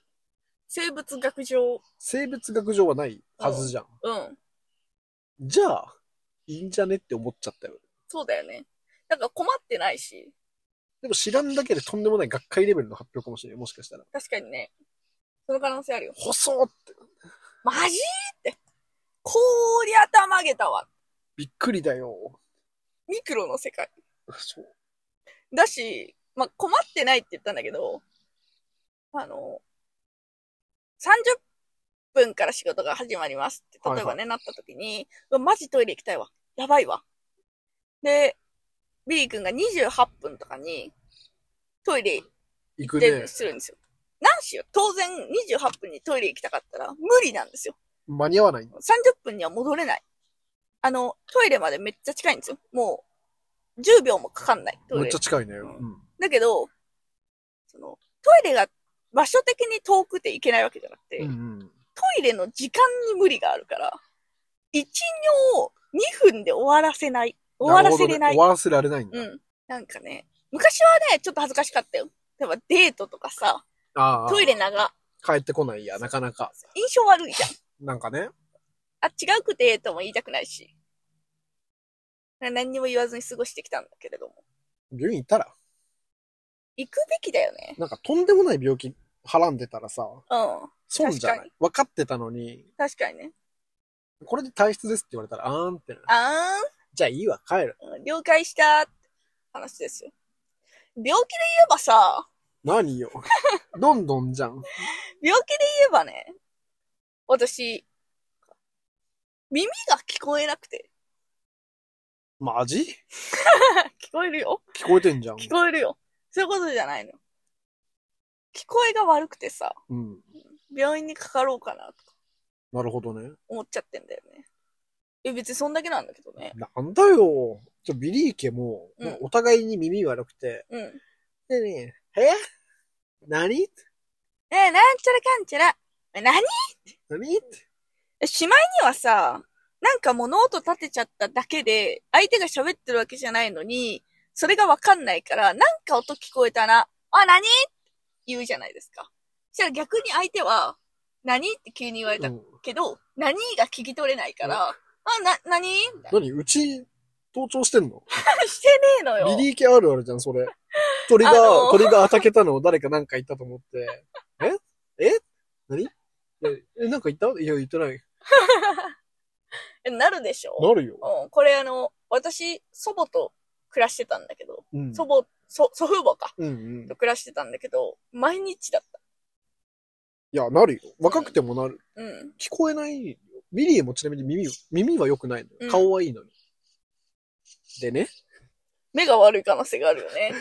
B: 生物学上、
A: 生物学上はないはずじゃん。
B: うん。
A: じゃあ、いいんじゃねって思っちゃったよ。
B: そうだよね。だから困ってないし、
A: でも知らんだけでとんでもない学会レベルの発表かもしれない。もしかしたら。
B: 確かにね、その可能性あるよ。
A: 細っって、
B: マジって。こりゃたまげたわ。
A: びっくりだよ。
B: ミクロの世界。
A: そう。
B: だし、まあ、困ってないって言ったんだけど、あの、30分から仕事が始まりますって、例えばね、なった時に、うわマジトイレ行きたいわ。やばいわ。で、ビリー君が28分とかに、トイレ
A: 行く
B: 行っ
A: ね
B: て。するんですよ。なんしよ、当然28分にトイレ行きたかったら無理なんですよ。
A: 間に合わないんだ。
B: 30分には戻れない。あの、トイレまでめっちゃ近いんですよ。もう、10秒もかかんない。トイ
A: めっ
B: レ
A: ちゃ近いね。う
B: うん
A: ん。
B: だけど、その、トイレが場所的に遠くて行けないわけじゃなくて、
A: うんう
B: ト
A: ん。
B: イレの時間に無理があるから、一尿を2分で終わらせない。終わらせれない。
A: るほどね終わらせられないんだ。
B: うん。なんかね、昔はね、ちょっと恥ずかしかったよ。例えばデートとかさ、
A: ああ。
B: トイレ長、
A: 帰ってこないや、なかなか。
B: 印象悪いじゃん。
A: なんかね。
B: あ、違うくて、とも言いたくないし。何にも言わずに過ごしてきたんだけれども。
A: 病院行ったら、
B: 行くべきだよね。
A: なんかとんでもない病気、はらんでたらさ、
B: うん。
A: 損じゃ
B: 確
A: な
B: か
A: い分かってたのに、
B: 確かにね。
A: これで体質ですって言われたら、あーんってなる。
B: あーん
A: じゃあいいわ、帰る。
B: うん了解したって話ですよ。病気で言えばさ、
A: 何 よ。どんどんじゃん。
B: 病気で言えばね、私、耳が聞こえなくて。
A: マジ
B: 聞こえるよ
A: 聞こえてんじゃん。
B: 聞こえるよ。そういうことじゃないの。聞こえが悪くてさ、
A: うん。
B: 病院にかかろうかなとか
A: なるほどね。
B: 思っちゃってんだよね。え、別にそんだけなんだけどね。
A: なんだよ。ちょビリー家も、
B: うん
A: なんかお互いに耳悪くて、
B: うん。
A: でね、え何
B: えー、なんちゃらかんちゃら。え何
A: 何
B: えしまいにはさ、なんか物音立てちゃっただけで、相手が喋ってるわけじゃないのに、それがわかんないから、なんか音聞こえたな、あ、何言うじゃないですか。そしたら逆に相手は、何って急に言われ
A: う
B: た
A: ん
B: けど、何が聞き取れないから、あ、な、何みたい
A: 何うち、盗聴してんの
B: なしてねえのよ。
A: ビリー系あるあるじゃん、そ れ。鳥が、
B: あのー
A: 鳥があたけたのを 誰かなんか言ったと思って。ええ何え、えなんか言ったいや、言ってない。
B: えなるでしょ
A: なるよ。
B: うん、これあの、私、祖母と暮らしてたんだけど、
A: うん。
B: 祖母、祖祖父母か、
A: うんうん。い
B: と暮らしてたんだけど、毎日だった。
A: や、なるよ。若くてもなる。
B: うん。
A: 聞こえないよ。ビリーもちなみに耳を、耳は良くないの
B: うん
A: よ。顔はいいのに。でね、
B: 目が悪い可能性があるよね。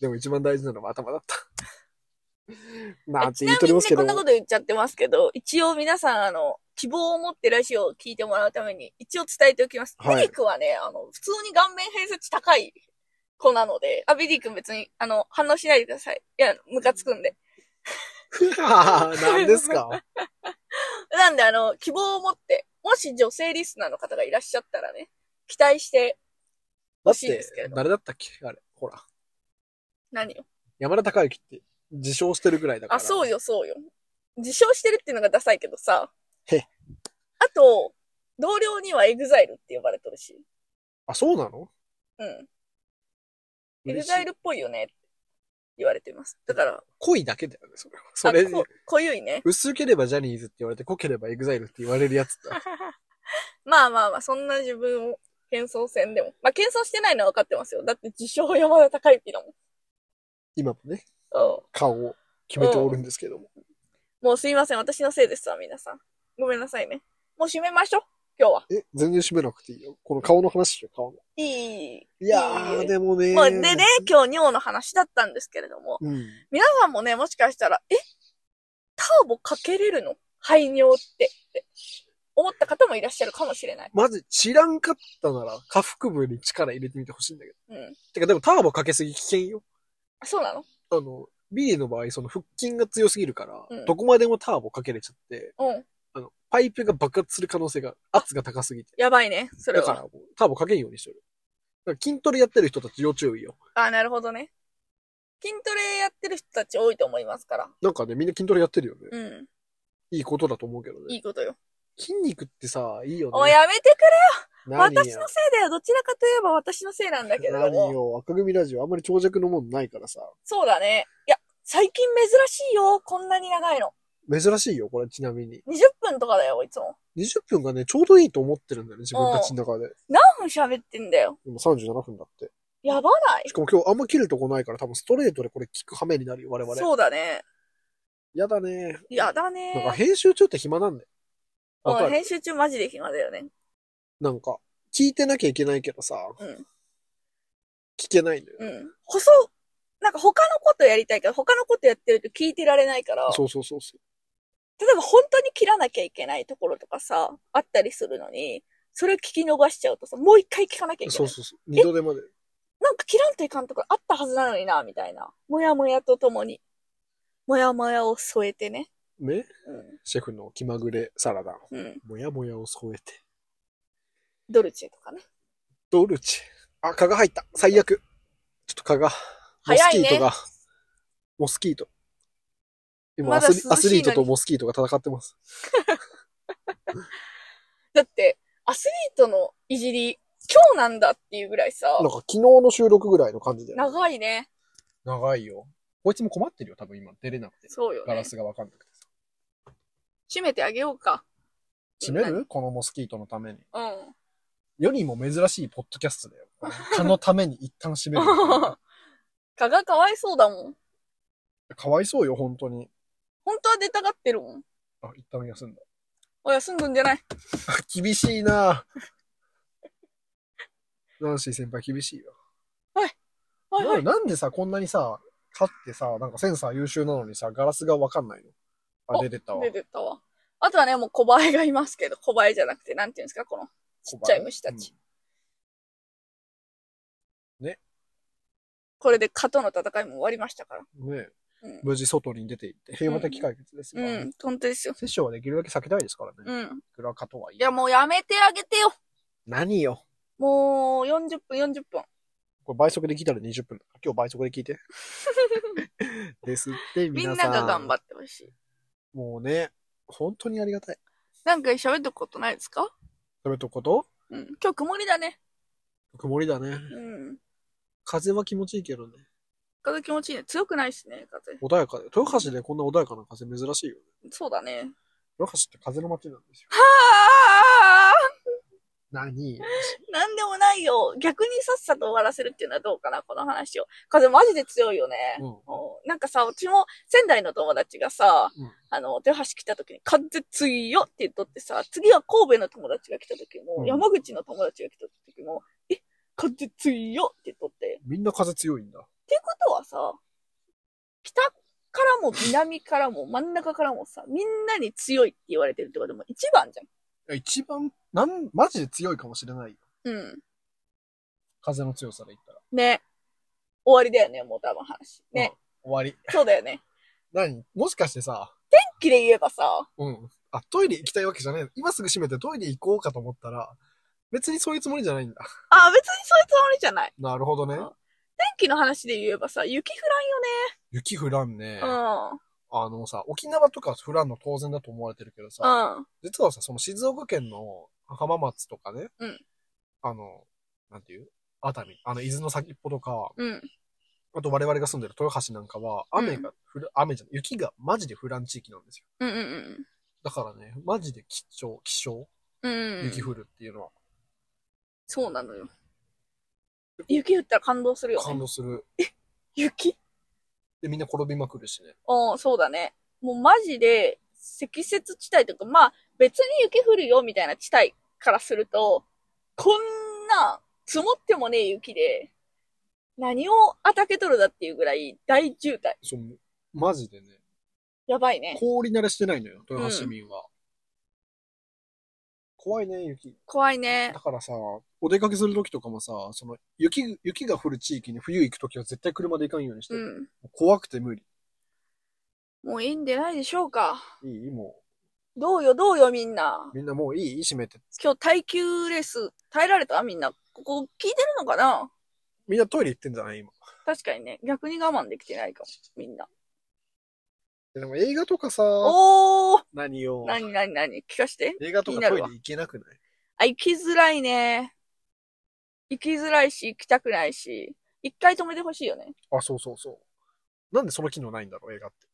A: でも一番大事なのは頭だった。 な
B: あ
A: んて言っとりますけど
B: ち。 なみにねこんなこと言っちゃってますけど、一応皆さん、あの、希望を持ってラジオを聞いてもらうために、一応伝えておきます。
A: はい
B: ビリー君はね、あの、普通に顔面偏差値高い子なので、あ、ビリー君別に、あの、反応しないでください。いや、ムカつくんで。
A: 何 ですか
B: なんで、あの、希望を持って、もし女性リスナーの方がいらっしゃったらね、期待して、
A: だっ
B: しいで
A: て
B: すけれど、
A: 誰だったっけあれ、ほら。
B: 何を
A: 山田孝之って自称してるぐらいだから。
B: あ、そうよ、そうよ。自称してるっていうのがダサいけどさ。
A: へ
B: あと、同僚にはエグザイルって呼ばれてるし。
A: あ、そうなの
B: うん。エ
A: 嬉
B: グ
A: し
B: ザイ
A: い
B: ルっぽいよねって言われてます。だから、
A: 濃いだけだよね、それは。それ
B: あこ
A: に、
B: 濃ゆいね。
A: 薄ければジャニーズって言われて、濃ければエグザイルって言われるやつ だ。
B: まあまあまあ、そんな自分を謙遜せんでも。まあ謙遜してないのは分かってますよ。だって自称山田孝之だもん。
A: 今もね、
B: うん
A: 顔を決めておるんですけども。
B: もうすいません。私のせいですわ、皆さん。ごめんなさいね。もう閉めましょう。今日は。
A: え、全然締めなくていいよ。この顔の話しよう、顔の。
B: いい。
A: いや
B: い
A: ー、
B: い
A: でもね。
B: もうでね、今日尿の話だったんですけれども、
A: うん。
B: 皆さんもね、もしかしたら、えターボかけれるの排尿ってって思った方もいらっしゃるかもしれない。
A: まず知らんかったなら、下腹部に力入れてみてほしいんだけど。
B: うん。
A: てか、でもターボかけすぎ危険よ。
B: あそうなの
A: あの、B の場合、その腹筋が強すぎるから、
B: うん
A: どこまでもターボかけれちゃって、
B: うん。
A: あの、パイプが爆発する可能性が、圧が高すぎて。
B: やばいね、それ
A: だから
B: は。
A: もう、ターボかけんようにしてる。だから筋トレやってる人たち要注意よ。
B: あなるほどね。筋トレやってる人たち多いと思いますから。
A: なんかね、みんな筋トレやってるよね。
B: うん。
A: いいことだと思うけど
B: い
A: ね。
B: いことよ。
A: 筋肉ってさ、いいよね。
B: おいやめてくれ
A: 何
B: 私
A: や
B: の。せいだよどちらかといえば私のせいなんだけれど
A: 何
B: も。
A: よ、赤組ラジオあんまり長尺のもんないからさ。
B: そうだね。いや、最近珍しいよ。こんなに長いの。
A: 珍しいよ、これちなみに。
B: 20分とかだよ、いつも。
A: 20分がね、ちょうどいいと思ってるんだよね、自分たちの中で。
B: 何分喋ってんだよ。
A: 今37分だって。
B: やばない
A: しかも今日あんま切るとこないから多分ストレートでこれ聞く羽目になるよ、我々。
B: そうだね。
A: やだね。
B: や
A: な
B: だ
A: んか
B: ね。
A: 編集中って暇なんだよ。わ
B: う
A: か
B: ん
A: る
B: 編集中マジで暇だよね。
A: なんか、聞いてなきゃいけないけどさ、
B: うん。
A: 聞けないのよ。
B: うん。細、なんか他のことやりたいから、他のことやってると聞いてられないから、
A: そうそうそうそう。
B: 例えば本当に切らなきゃいけないところとかさ、あったりするのに、それを聞き逃しちゃうとさ、もう一回聞かなきゃいけ
A: そ
B: な
A: う
B: い。
A: そうそう。二度手まで。
B: なんか切らんといかんところあったはずなのにな、みたいな。もやもやとともに。もやもやを添えてね。
A: ねシェフの気まぐれサラダ。
B: うん。うん。
A: もやもやを添えて。
B: ドルチェとかね。
A: ドルチェ。あ、蚊が入った。最悪。ちょっと蚊が。モス
B: 早
A: キ
B: いね
A: ートが。モスキート。今
B: ま
A: ア
B: だ
A: スリ、
B: 涼
A: ア
B: しい
A: ス
B: のに
A: リートとモスキートが戦ってます。
B: だって、アスリートのいじり、今日なんだっていうぐらいさ
A: なん、か昨日の収録ぐらいの感じだよね。
B: 長いね。
A: 長いよ。こいつも困ってるよ、多分今。出れなくて。
B: そうよ
A: ガ
B: ね
A: ラ。スがわかんなくてさ。
B: 閉めてあげようか。
A: 閉めるこのモスキートのために。
B: うん。
A: 世にも珍しいポッドキャストだよ。蚊のために一旦閉める。
B: 蚊がかわいそうだもん。
A: かわいそうよ、本当に。
B: 本当は出たがってるもん。
A: あ、一旦休んだ。
B: お休んどんじゃない。
A: 厳しいなナンシー先輩厳しいよ。
B: はいはい。
A: ななんでさ、こんなにさ、蚊ってさ、なんかセンサー優秀なのにさ、ガラスがわかんないのあ、
B: あ
A: 出てったわ。
B: 出てったわ。あとはね、もう小映えがいますけど、小映えじゃなくて、なんていうんですか、この、ちっちゃい虫たち。これで蚊との戦いも終わりましたから。
A: うん。ね
B: うん。
A: 無事外に出て行って、平和的解決ですよ。
B: うん、本当ですよ。
A: 接種はできるだけ避けたいですからね。い
B: うん。
A: くらかとはい
B: い
A: え。
B: や、もうやめてあげてよ。
A: 何よ。
B: もう、40分、40分。
A: これ倍速で聞いたら20分。今日倍速で聞い て。ですって、
B: み
A: 皆
B: ん
A: さ。
B: なんが頑張ってほしい。
A: もうね、本当にありがたい。
B: なんか喋ったことないですか
A: それとこと、
B: うん。今日曇りだね。
A: 曇りだね。
B: うん。
A: 風は気持ちいいけどね。
B: 風気持ちいいね。強くないしね、風。
A: 穏やかで。豊橋でこんな穏やかな風珍しいよね。
B: そうだね。
A: 豊橋って風の街なんですよ。
B: ああ
A: 何
B: なんでもないよ。逆にさっさと終わらせるっていうのはどうかな、この話を。風マジで強いよね。
A: うん。
B: おなんかさ、うちも仙台の友達がさ、
A: うん
B: あの、豊橋来た時に風強いよって言っとってさ、次は神戸の友達が来た時も、
A: うん
B: 山口の友達が来た時も、え、風強いよって言っとって。っ
A: みんな風強いんだ。
B: ていうことはさ、北からも南からも真ん中からもさ、みんなに強いって言われてるってことも一番じ
A: いや一番、なん、マジで強いかもしれないよ。
B: ゃん。うん。
A: 風の強さで言ったら。
B: ね。終わりだよね、もう多分話。ね。
A: うん。終わり。
B: そうだよね。
A: 何もしかしてさ、
B: 綺麗言えばさ、
A: うん。あ、トイレ行きたいわけじゃないの。今すぐ閉めてトイレ行こうかと思ったら、別にそういうつもりじゃないんだ。
B: あ、別にそういうつもりじゃない。
A: なるほどね。
B: あ天気の話で言えばさ、雪降
A: 雪降らんね。
B: らんよね。
A: あのさ、沖縄とか降らんの当然だと思われてるけどさ、
B: うん。うん。
A: 実はさ、その静岡県の浜松とかね、
B: うん
A: あの、なんていう熱海、あの、伊豆の先っぽとか、
B: うん。
A: あと我々が住んでる豊橋なんかは、雨が降る、雨じゃない、雪がマジで降らん地域なんですよ。
B: うんうん
A: だからね、マジで貴重、希少、
B: うん。うん
A: 雪。降るっていうのは
B: そうなのよ。雪降ったら感動するよ、
A: 感
B: ね。
A: 動する。
B: 雪
A: で、みんな転びまくるしね。
B: うん、そうだね。もうマジで、積雪地帯とか、まあ、別に雪降るよみたいな地帯からすると、こんな、積もってもねえ雪で、何をあたけとるだっていうぐらい大渋滞。
A: そう、マジでね、
B: やばいね。
A: 氷慣れしてないのよ、豊橋民は。怖いね、雪。
B: 怖いね
A: だ。からさ、お出かけするときとかもさ、その、雪、雪が降る地域に冬行くときは絶対車で行かんようにして
B: う
A: る、
B: ん。
A: 怖くて無理。
B: もういいんでないでしょうか。
A: いいも
B: どうよ、どうよ、みんな
A: う、。みんなもういい閉めて。
B: 今日耐久レース耐えられたみんな。ここ聞いてるのかな
A: みんなトイレ行ってんじゃない今。
B: 確かにね。逆に我慢できてないかも。みんな。
A: でも映画とかさ、
B: おー
A: 何を
B: なになになに聞かして。
A: 映画と
B: 気に
A: か
B: な
A: トイ
B: る
A: レ
B: わ
A: 行けなくない
B: あ、行きづらいね。行きづらいし、行きたくないし。一回止めてほしいよね。
A: あ、そうそうそう。なんでその機能ないんだろう、 映画って。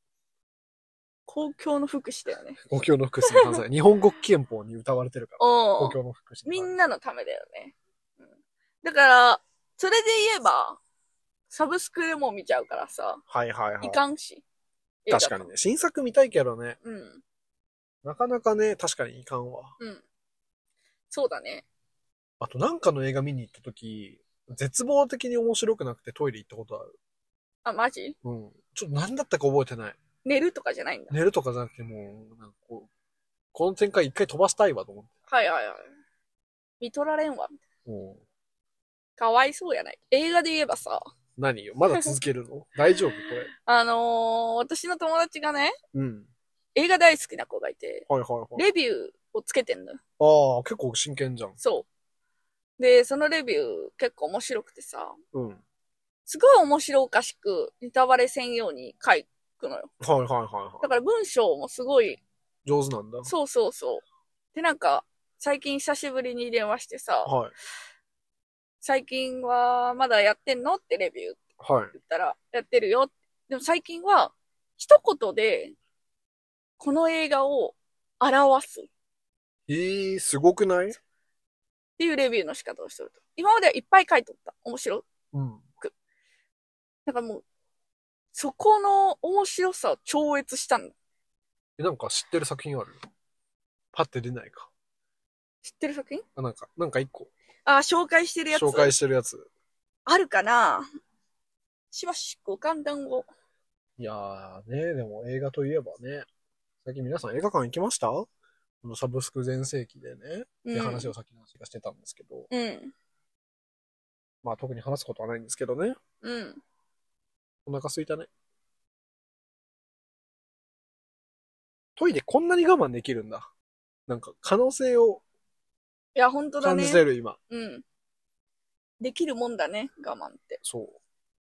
B: 公共の福祉だよね。
A: 公共の福祉の犯罪。日本国憲法に歌われてるから。
B: お
A: 公
B: ー
A: 共の福祉の犯罪。
B: みんなのためだよね。うん、だから、それで言えば、サブスクでも見ちゃうからさ、
A: はいはいはい
B: い。かんし。
A: 確かにね。新作見たいけどね。
B: うん。
A: なかなかね、確かにいかんわ。
B: うん。そうだね。
A: あとなんかの映画見に行った時、絶望的に面白くなくてトイレ行ったことある。
B: あ、マジ
A: うん。ちょっと何だったか覚えてない。
B: 寝るとかじゃないんだ。
A: 寝るとかじゃなくてもう、なんかこう、この展開一回飛ばしたいわと思って。
B: はいはいはい。見とられんわ。
A: も
B: かわいそうやない。映画で言えばさ、
A: う、何よ。まだ続けるの大丈夫これ。
B: あのー、私の友達がね、
A: うん。
B: 映画大好きな子がいて、
A: はいはいはい。
B: レビューをつけてんのよ。
A: ああ、結構真剣じゃん。
B: そう。で、そのレビュー結構面白くてさ、
A: うん。はい
B: すごい面白おかしく、ネタバレせんように書くのよ。
A: はいはいは
B: だから文章もすごい、
A: い。上手なんだ。
B: そうそうそう。で、なんか、最近久しぶりに電話してさ、
A: はい。
B: 最近はまだやってんのってレビュー
A: はい。
B: 言ったら、やってるよ。でも最近は、一言で、この映画を表すっ
A: ええー、すごくない
B: ていうレビューの仕方をしてると。今まではいっぱい書いとった。面白い。
A: うん。
B: なんかもう、そこの面白さを超越したんだ。
A: えなんか知ってる作品あるパッて出ないか。
B: 知ってる作品
A: あ、なんか、なんか一個。
B: あ、紹介してるやつ。
A: 紹介してるやつ。
B: あるかなしばしご勘談を。
A: いやーね、でも映画といえばね、最近皆さん映画館行きましたこのサブスク全盛期でね、って話を先に話がしてたんですけど、
B: うん。
A: まあ特に話すことはないんですけどね、
B: うん。
A: お腹空いたね。トイレこんなに我慢できるんだ。なんか可能性を
B: いや、本当だ
A: 感
B: ね
A: じ。てる今。
B: うん。できるもんだね、我慢って。
A: そう。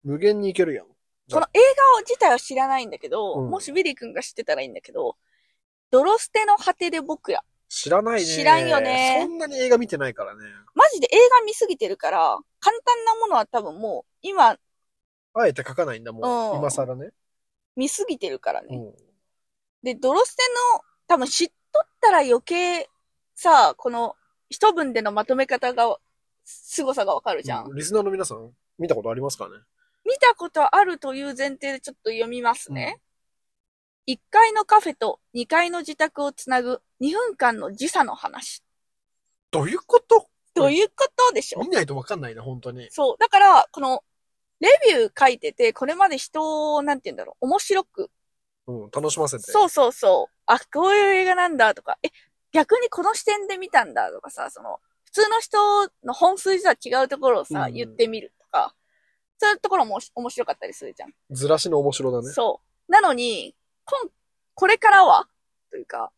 A: 無限にいけるやん。
B: この映画自体は知らないんだけど、
A: うん
B: もしウィリー君が知ってたらいいんだけど、ドロステの果てで僕ら。
A: 知らないね。
B: 知らんよね
A: そんなに映画見てないからね。
B: マジで映画見すぎてるから、簡単なものは多分もう、今、
A: あえて書かないんだも
B: うん
A: ん。今更ね。
B: 見すぎてるからね。
A: うん。
B: で、ドロステの、多分知っとったら余計、さ、この、一文でのまとめ方が、凄さがわかるじゃん。
A: うんリスナーの皆さん、見たことありますかね
B: 見たことあるという前提でちょっと読みますね。1階のカフェと2階の自宅をつなぐ2分間の時差の話。
A: どういうこと
B: ということでしょ、
A: 見ないとわかんないな、本当に。
B: そう。だから、この、レビュー書いてて、これまで人を、なんて言うんだろう、面白く。
A: うん、楽しませて。
B: そうそうそう。あ、こういう映画なんだとか、え、逆にこの視点で見たんだとかさ、その、普通の人の本筋とは違うところをさ、
A: うん
B: 言ってみるとか、そういうところも面白かったりするじゃん。
A: ずらしの面白だね。
B: そう。なのに、こん、これからは、というか、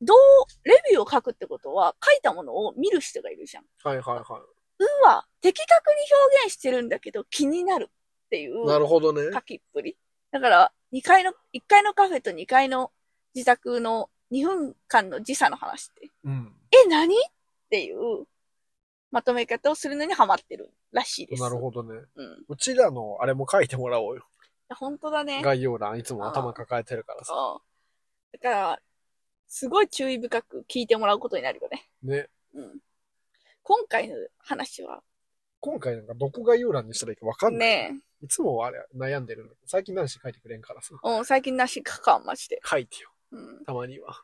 B: どう、レビューを書くってことは、書いたものを見る人がいるじゃん。
A: はいはいは
B: うわ、的確に表現してるんだけど、気になるってい
A: い。な
B: う
A: るほどね。
B: 書きっぷり。だから、二階の、1階のカフェと2階の自宅の2分間の時差の話って、
A: うん。
B: え、何っていう、まとめ方をするのにハマってるらしいです。
A: なる
B: ど。
A: ほどね。
B: うん。いう
A: ちらのあれも書いてもらおうよ。
B: や本当だね。
A: 概要欄いつも頭抱えてるからさ。
B: そう。だから、すごい注意深く聞いてもらうことになるよね。
A: ね。
B: うん。今回の話は、
A: 今回なんかどこ概要欄にしたらいいかわかんない。
B: ね
A: いつもあれ悩んでるんだけど、最近何し書いてくれんからさ。
B: え、うん、最近なしかかん、マジで。
A: 書いてよ。
B: うん。
A: たまには。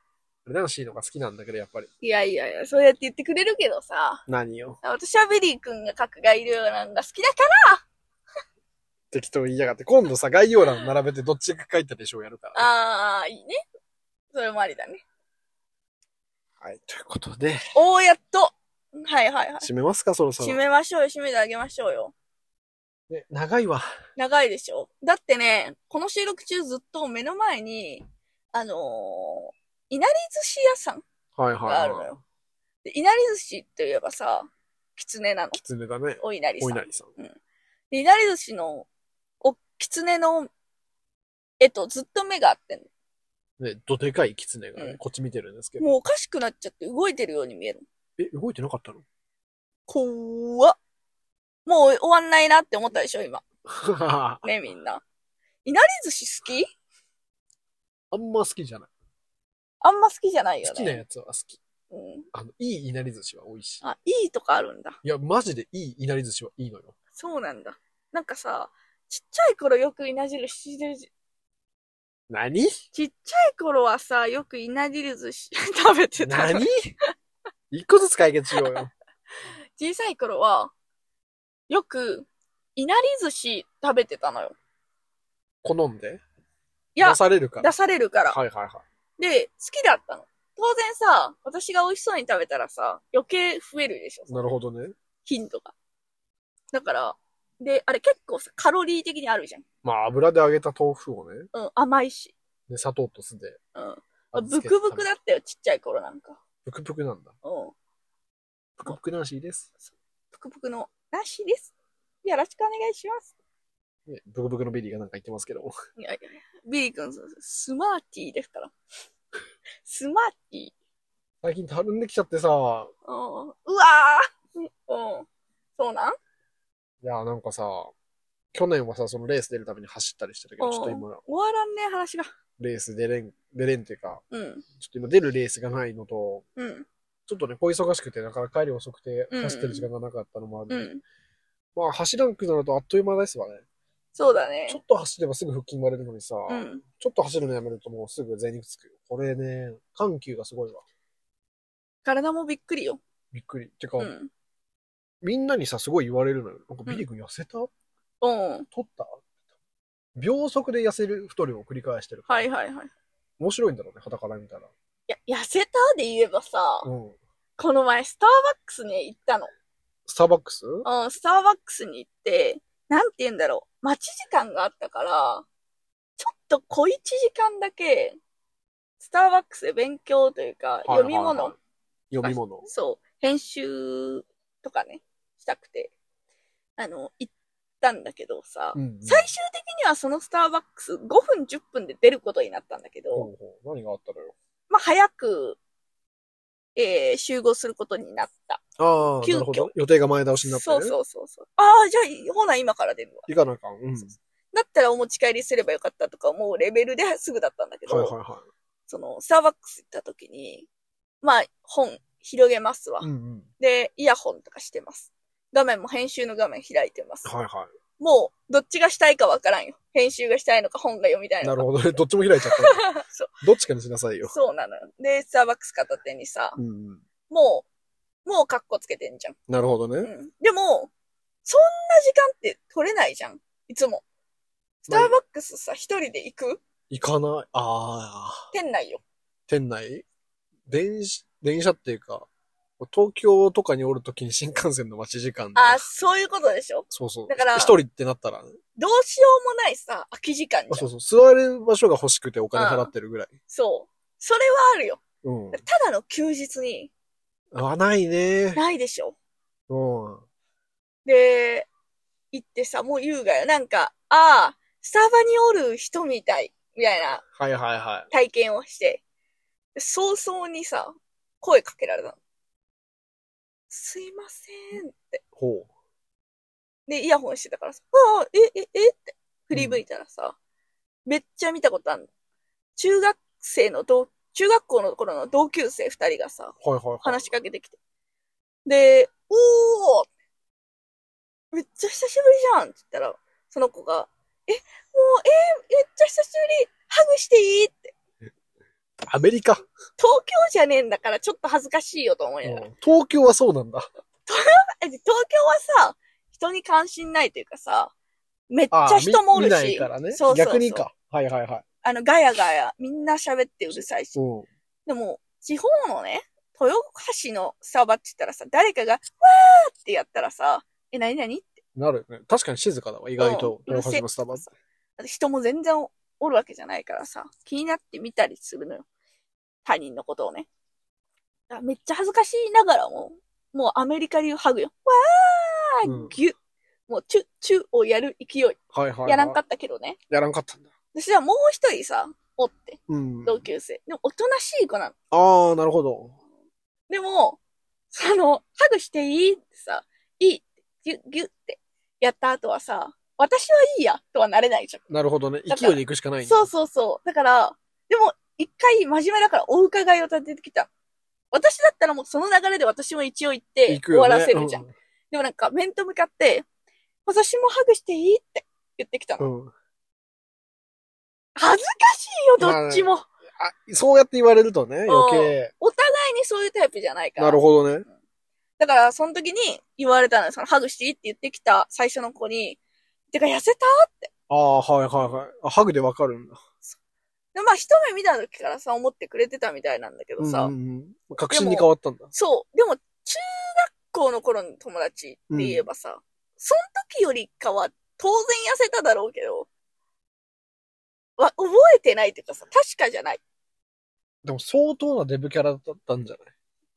A: ナンシーのが好きなんだけど、やっぱり。
B: いやいやいや、そうやって言ってくれるけどさ、
A: 何よ。
B: 私はベリー君が書く概要欄が好きだから、
A: 適当言いやがって。今度さ、概要欄並べてどっちが書いたでしょうやるから。
B: ああ、いいね。それもありだね。
A: はい。ということで、
B: おー、やっとはいはいはい。
A: 締めますか、そろそ
B: 締
A: ろ。
B: めましょうよ、締めてあげましょうよ。
A: ね、長いわ。
B: 長いでしょだってね、この収録中ずっと目の前に、あのー、いなり寿司屋さん
A: はいはい、
B: があるの
A: はい。
B: よ。でいなり寿司といえばさ、キツネなの。
A: きつねだね。
B: お稲荷
A: お
B: さん
A: 稲。荷さん。
B: でいなり寿司の、お、キツネの、えっと、ずっと目が合ってん
A: ね、どでかいキツネがね、
B: うん
A: こっち見てるんですけ
B: の。
A: ど。
B: もうおかしくなっちゃって動いてるように見える。
A: え、動いてなかったの
B: 怖っ。もう終わんないなって思ったでしょ、今。
A: あ
B: ね、みんな。いなり寿司好き
A: んま好きじゃない。
B: あんま好きじゃないよね。
A: 好きなやつは好き。
B: うん。
A: あの、いいいなり寿司は美味しい。
B: あ、いいとかあるんだ。
A: いや、マジでいいいなり寿司はいいのよ。
B: そうなんだ。なんかさ、ちっちゃい頃よくいなじるし、
A: 何
B: ちっちゃい頃はさ、よくいなじる寿司 食べてたの。
A: 何一個ずつ解決しようよ。
B: 小さい頃は、よく、いなり寿司食べてたのよ。
A: 好んで
B: いや
A: 出、されるから
B: 出。されるから。
A: はいはいはい。
B: で、好きだったの。当然さ、私が美味しそうに食べたらさ、余計増えるでしょ、
A: なるほどね。
B: 頻度が。だから、で、あれ結構さ、カロリー的にあるじゃん。
A: まあ、油で揚げた豆腐をね、
B: うん、甘いし。
A: で砂糖と酢で
B: うん。あ
A: 味
B: ブ
A: 付けて
B: ク
A: 食べる。
B: ブクだったよ、ちっちゃい頃なんか。
A: ブクブクなんだ。
B: うん。
A: ブクブクなしです。
B: ブクブクのなしです。よろしくお願いします。
A: ねブクブクのビリーがなんか言ってますけども。
B: いやいやいやビリー君、スマーティーですから。スマーティー。
A: 最近たるんできちゃってさ、
B: うん。うわーうん。そうなん
A: いや、なんかさ、去年はさ、そのレース出るために走ったりしてたけど、
B: うん
A: ちょっと今、
B: 終わらんね、話が。
A: レース出れん、出れんっていうか、
B: うん。
A: ちょっと今出るレースがないのと、
B: うん。
A: ちょっとね、こう忙しくて、だから帰り遅くて、
B: うん
A: 走ってる時間がなかったのもある、
B: うん。
A: まあ、走らなくなるとあっという間ですわね。
B: そうだ
A: ちょ
B: ね
A: っ。と走ればすぐ腹筋割れるのにさ、
B: うん。
A: ちょっと走るのやめるともうすぐ全肉つくよ。これね、緩急がすごいわ。
B: 体もびっくりよ。
A: びっくり。てか、
B: うん。
A: みんなにさ、すごい言われるのよ。なんか、ビリー君痩せた
B: うん。
A: 取った秒速で痩せる太りを繰り返してる。
B: はいはいはい。い
A: 面白いんだろうね、肌から見たら。
B: や、痩せたで言えばさ、
A: うん。
B: この前スターバックスに行ったの。
A: スターバックス
B: うん、スターバックスに行って、なんて言うんだろう。待ち時間があったから、ちょっと小一時間だけ、スターバックスで勉強というか、読み
A: はいはい
B: 物
A: はい読み物。
B: そう、編集とかね、したくて、あの、行ったんだけどさ、
A: うんうん
B: 最終的にはそのスターバックス5分10分で出ることになったんだけど、
A: ほうほう何があったのよ。
B: まあ早く、えー集合することになった。
A: ああ、
B: 急遽
A: なるほど。予定が前倒しになって、ね。
B: そうそうそうそう。ああ、じゃあ、ほな今から出るわ。
A: 行かなあかん。うん。
B: だったらお持ち帰りすればよかったとか思うレベルですぐだったんだけど、
A: はいはいは
B: その、スターバックス行った時に、まあ本広げますわ。
A: い。うんうん。
B: で、イヤホンとかしてます。画面も編集の画面開いてます。
A: はいは
B: もう、どっちがしたいかわからんよ。編集がしたいのか本が読みたい
A: い。
B: の
A: な
B: か。
A: るほどね。 どっちも開いちゃったね。
B: そう
A: どっちかにしなさいよ。
B: そうなのよ。で、スターバックス片手にさ、
A: うんうん。
B: もう、もうカッコつけてんじゃん。
A: なるほど
B: う
A: ね。
B: ん。でも、そんな時間って取れないじゃん。いつも。スターバックスさ、一人で行く
A: 行かない。ああ。
B: 店内よ。
A: 店内電車、電車っていうか、東京とかにおるときに新幹線の待ち時間で。
B: あー、そういうことでしょ
A: そうそう。
B: だから
A: 一人ってなったらね。
B: どうしようもないさ、空き時間
A: あ
B: じ
A: そ
B: ゃん。
A: うそう。座る場所が欲しくてお金払ってるぐらい。
B: そう。それはあるよ。
A: うん。
B: ただの休日に、
A: あ、ないね。
B: ないでしょ。
A: うん。
B: で、行ってさ、もう優雅よ。なんか、ああ、スタバにおる人みたい、みたいな
A: はいはいは
B: 体験をして、早々にさ、声かけられたの。すいませんって。
A: ほ
B: で、イヤホンしてたからさ、ああ、え、え、えって振り向いたらさ、めっちゃ見たことあるの。中学生の同、中学校の頃の同級生二人がさ、
A: う。はいはいはい。
B: 話しかけてきて。で、おーめっちゃ久しぶりじゃんって言ったら、その子が、え、もう、えーめっちゃ久しぶりハグしていいって。
A: アメリカ、
B: 東京じゃねえんだからちょっと恥ずかしいよと思いながら。
A: うん東京はそうなんだ。
B: え東京はさ、人に関心ないというかさ、めっちゃ人もおる
A: 見
B: し。
A: ないからね。
B: そうそうそう
A: 逆にか。はいはいはい。
B: あの、ガヤガヤ、みんな喋ってうるさいし。
A: うん。
B: でも、地方のね、豊橋のスタバって言ったらさ、誰かが、わーってやったらさ、え、なになにって。
A: なるよね。確かに静かだわ、意外と。
B: うんうるせえ
A: 豊橋のスタバ。
B: だって人も全然おるわけじゃないからさ、気になって見たりするのよ。他人のことをね。だからめっちゃ恥ずかしいながらも、もうアメリカ流ハグよ。わ
A: うん
B: ーぎゅ、もうチュッチュッをやる勢い。
A: はいはいはい。
B: やらんかったけどね。
A: やらんかったんだ。
B: でそはもう一人さ、おって、
A: うん。
B: 同級生。でも、おとなしい子なの。
A: ああ、なるほど。
B: でも、その、ハグしていいってさ、いいって、ギュッギュッってやった後はさ、私はいいやとはなれないじゃん。
A: なるほどね。
B: だから
A: 勢いで行くしかないんだ
B: そうそうそう。だから、でも、一回真面目だからお伺いを立ててきた。私だったらもうその流れで私も一応行って
A: 行く
B: 終
A: よ
B: わ
A: ね。
B: らせるじゃん。
A: う
B: でもなんか面と向かって、私もハグしていいって言ってきたの。
A: ん。うん
B: 恥ずかしいよ、どっちも。
A: あそうやって言われるとね、余計。
B: お互いにそういうタイプじゃないから。
A: なるほどね。
B: だから、その時に言われたのよ。その、ハグしていいって言ってきた最初の子に、てか、痩せた
A: ああ、はいはいはいあ。ハグでわかるんだ。
B: でまあ、一目見た時からさ、思ってくれてたみたいなんだけどさ。
A: うんうんうん確信に変わったんだ。
B: そう。でも、中学校の頃の友達って言えばさ、その時よりかは、当然痩せただろうけど、わ、覚えてないっていうかさ、確かじゃない。
A: でも相当なデブキャラだったんじゃ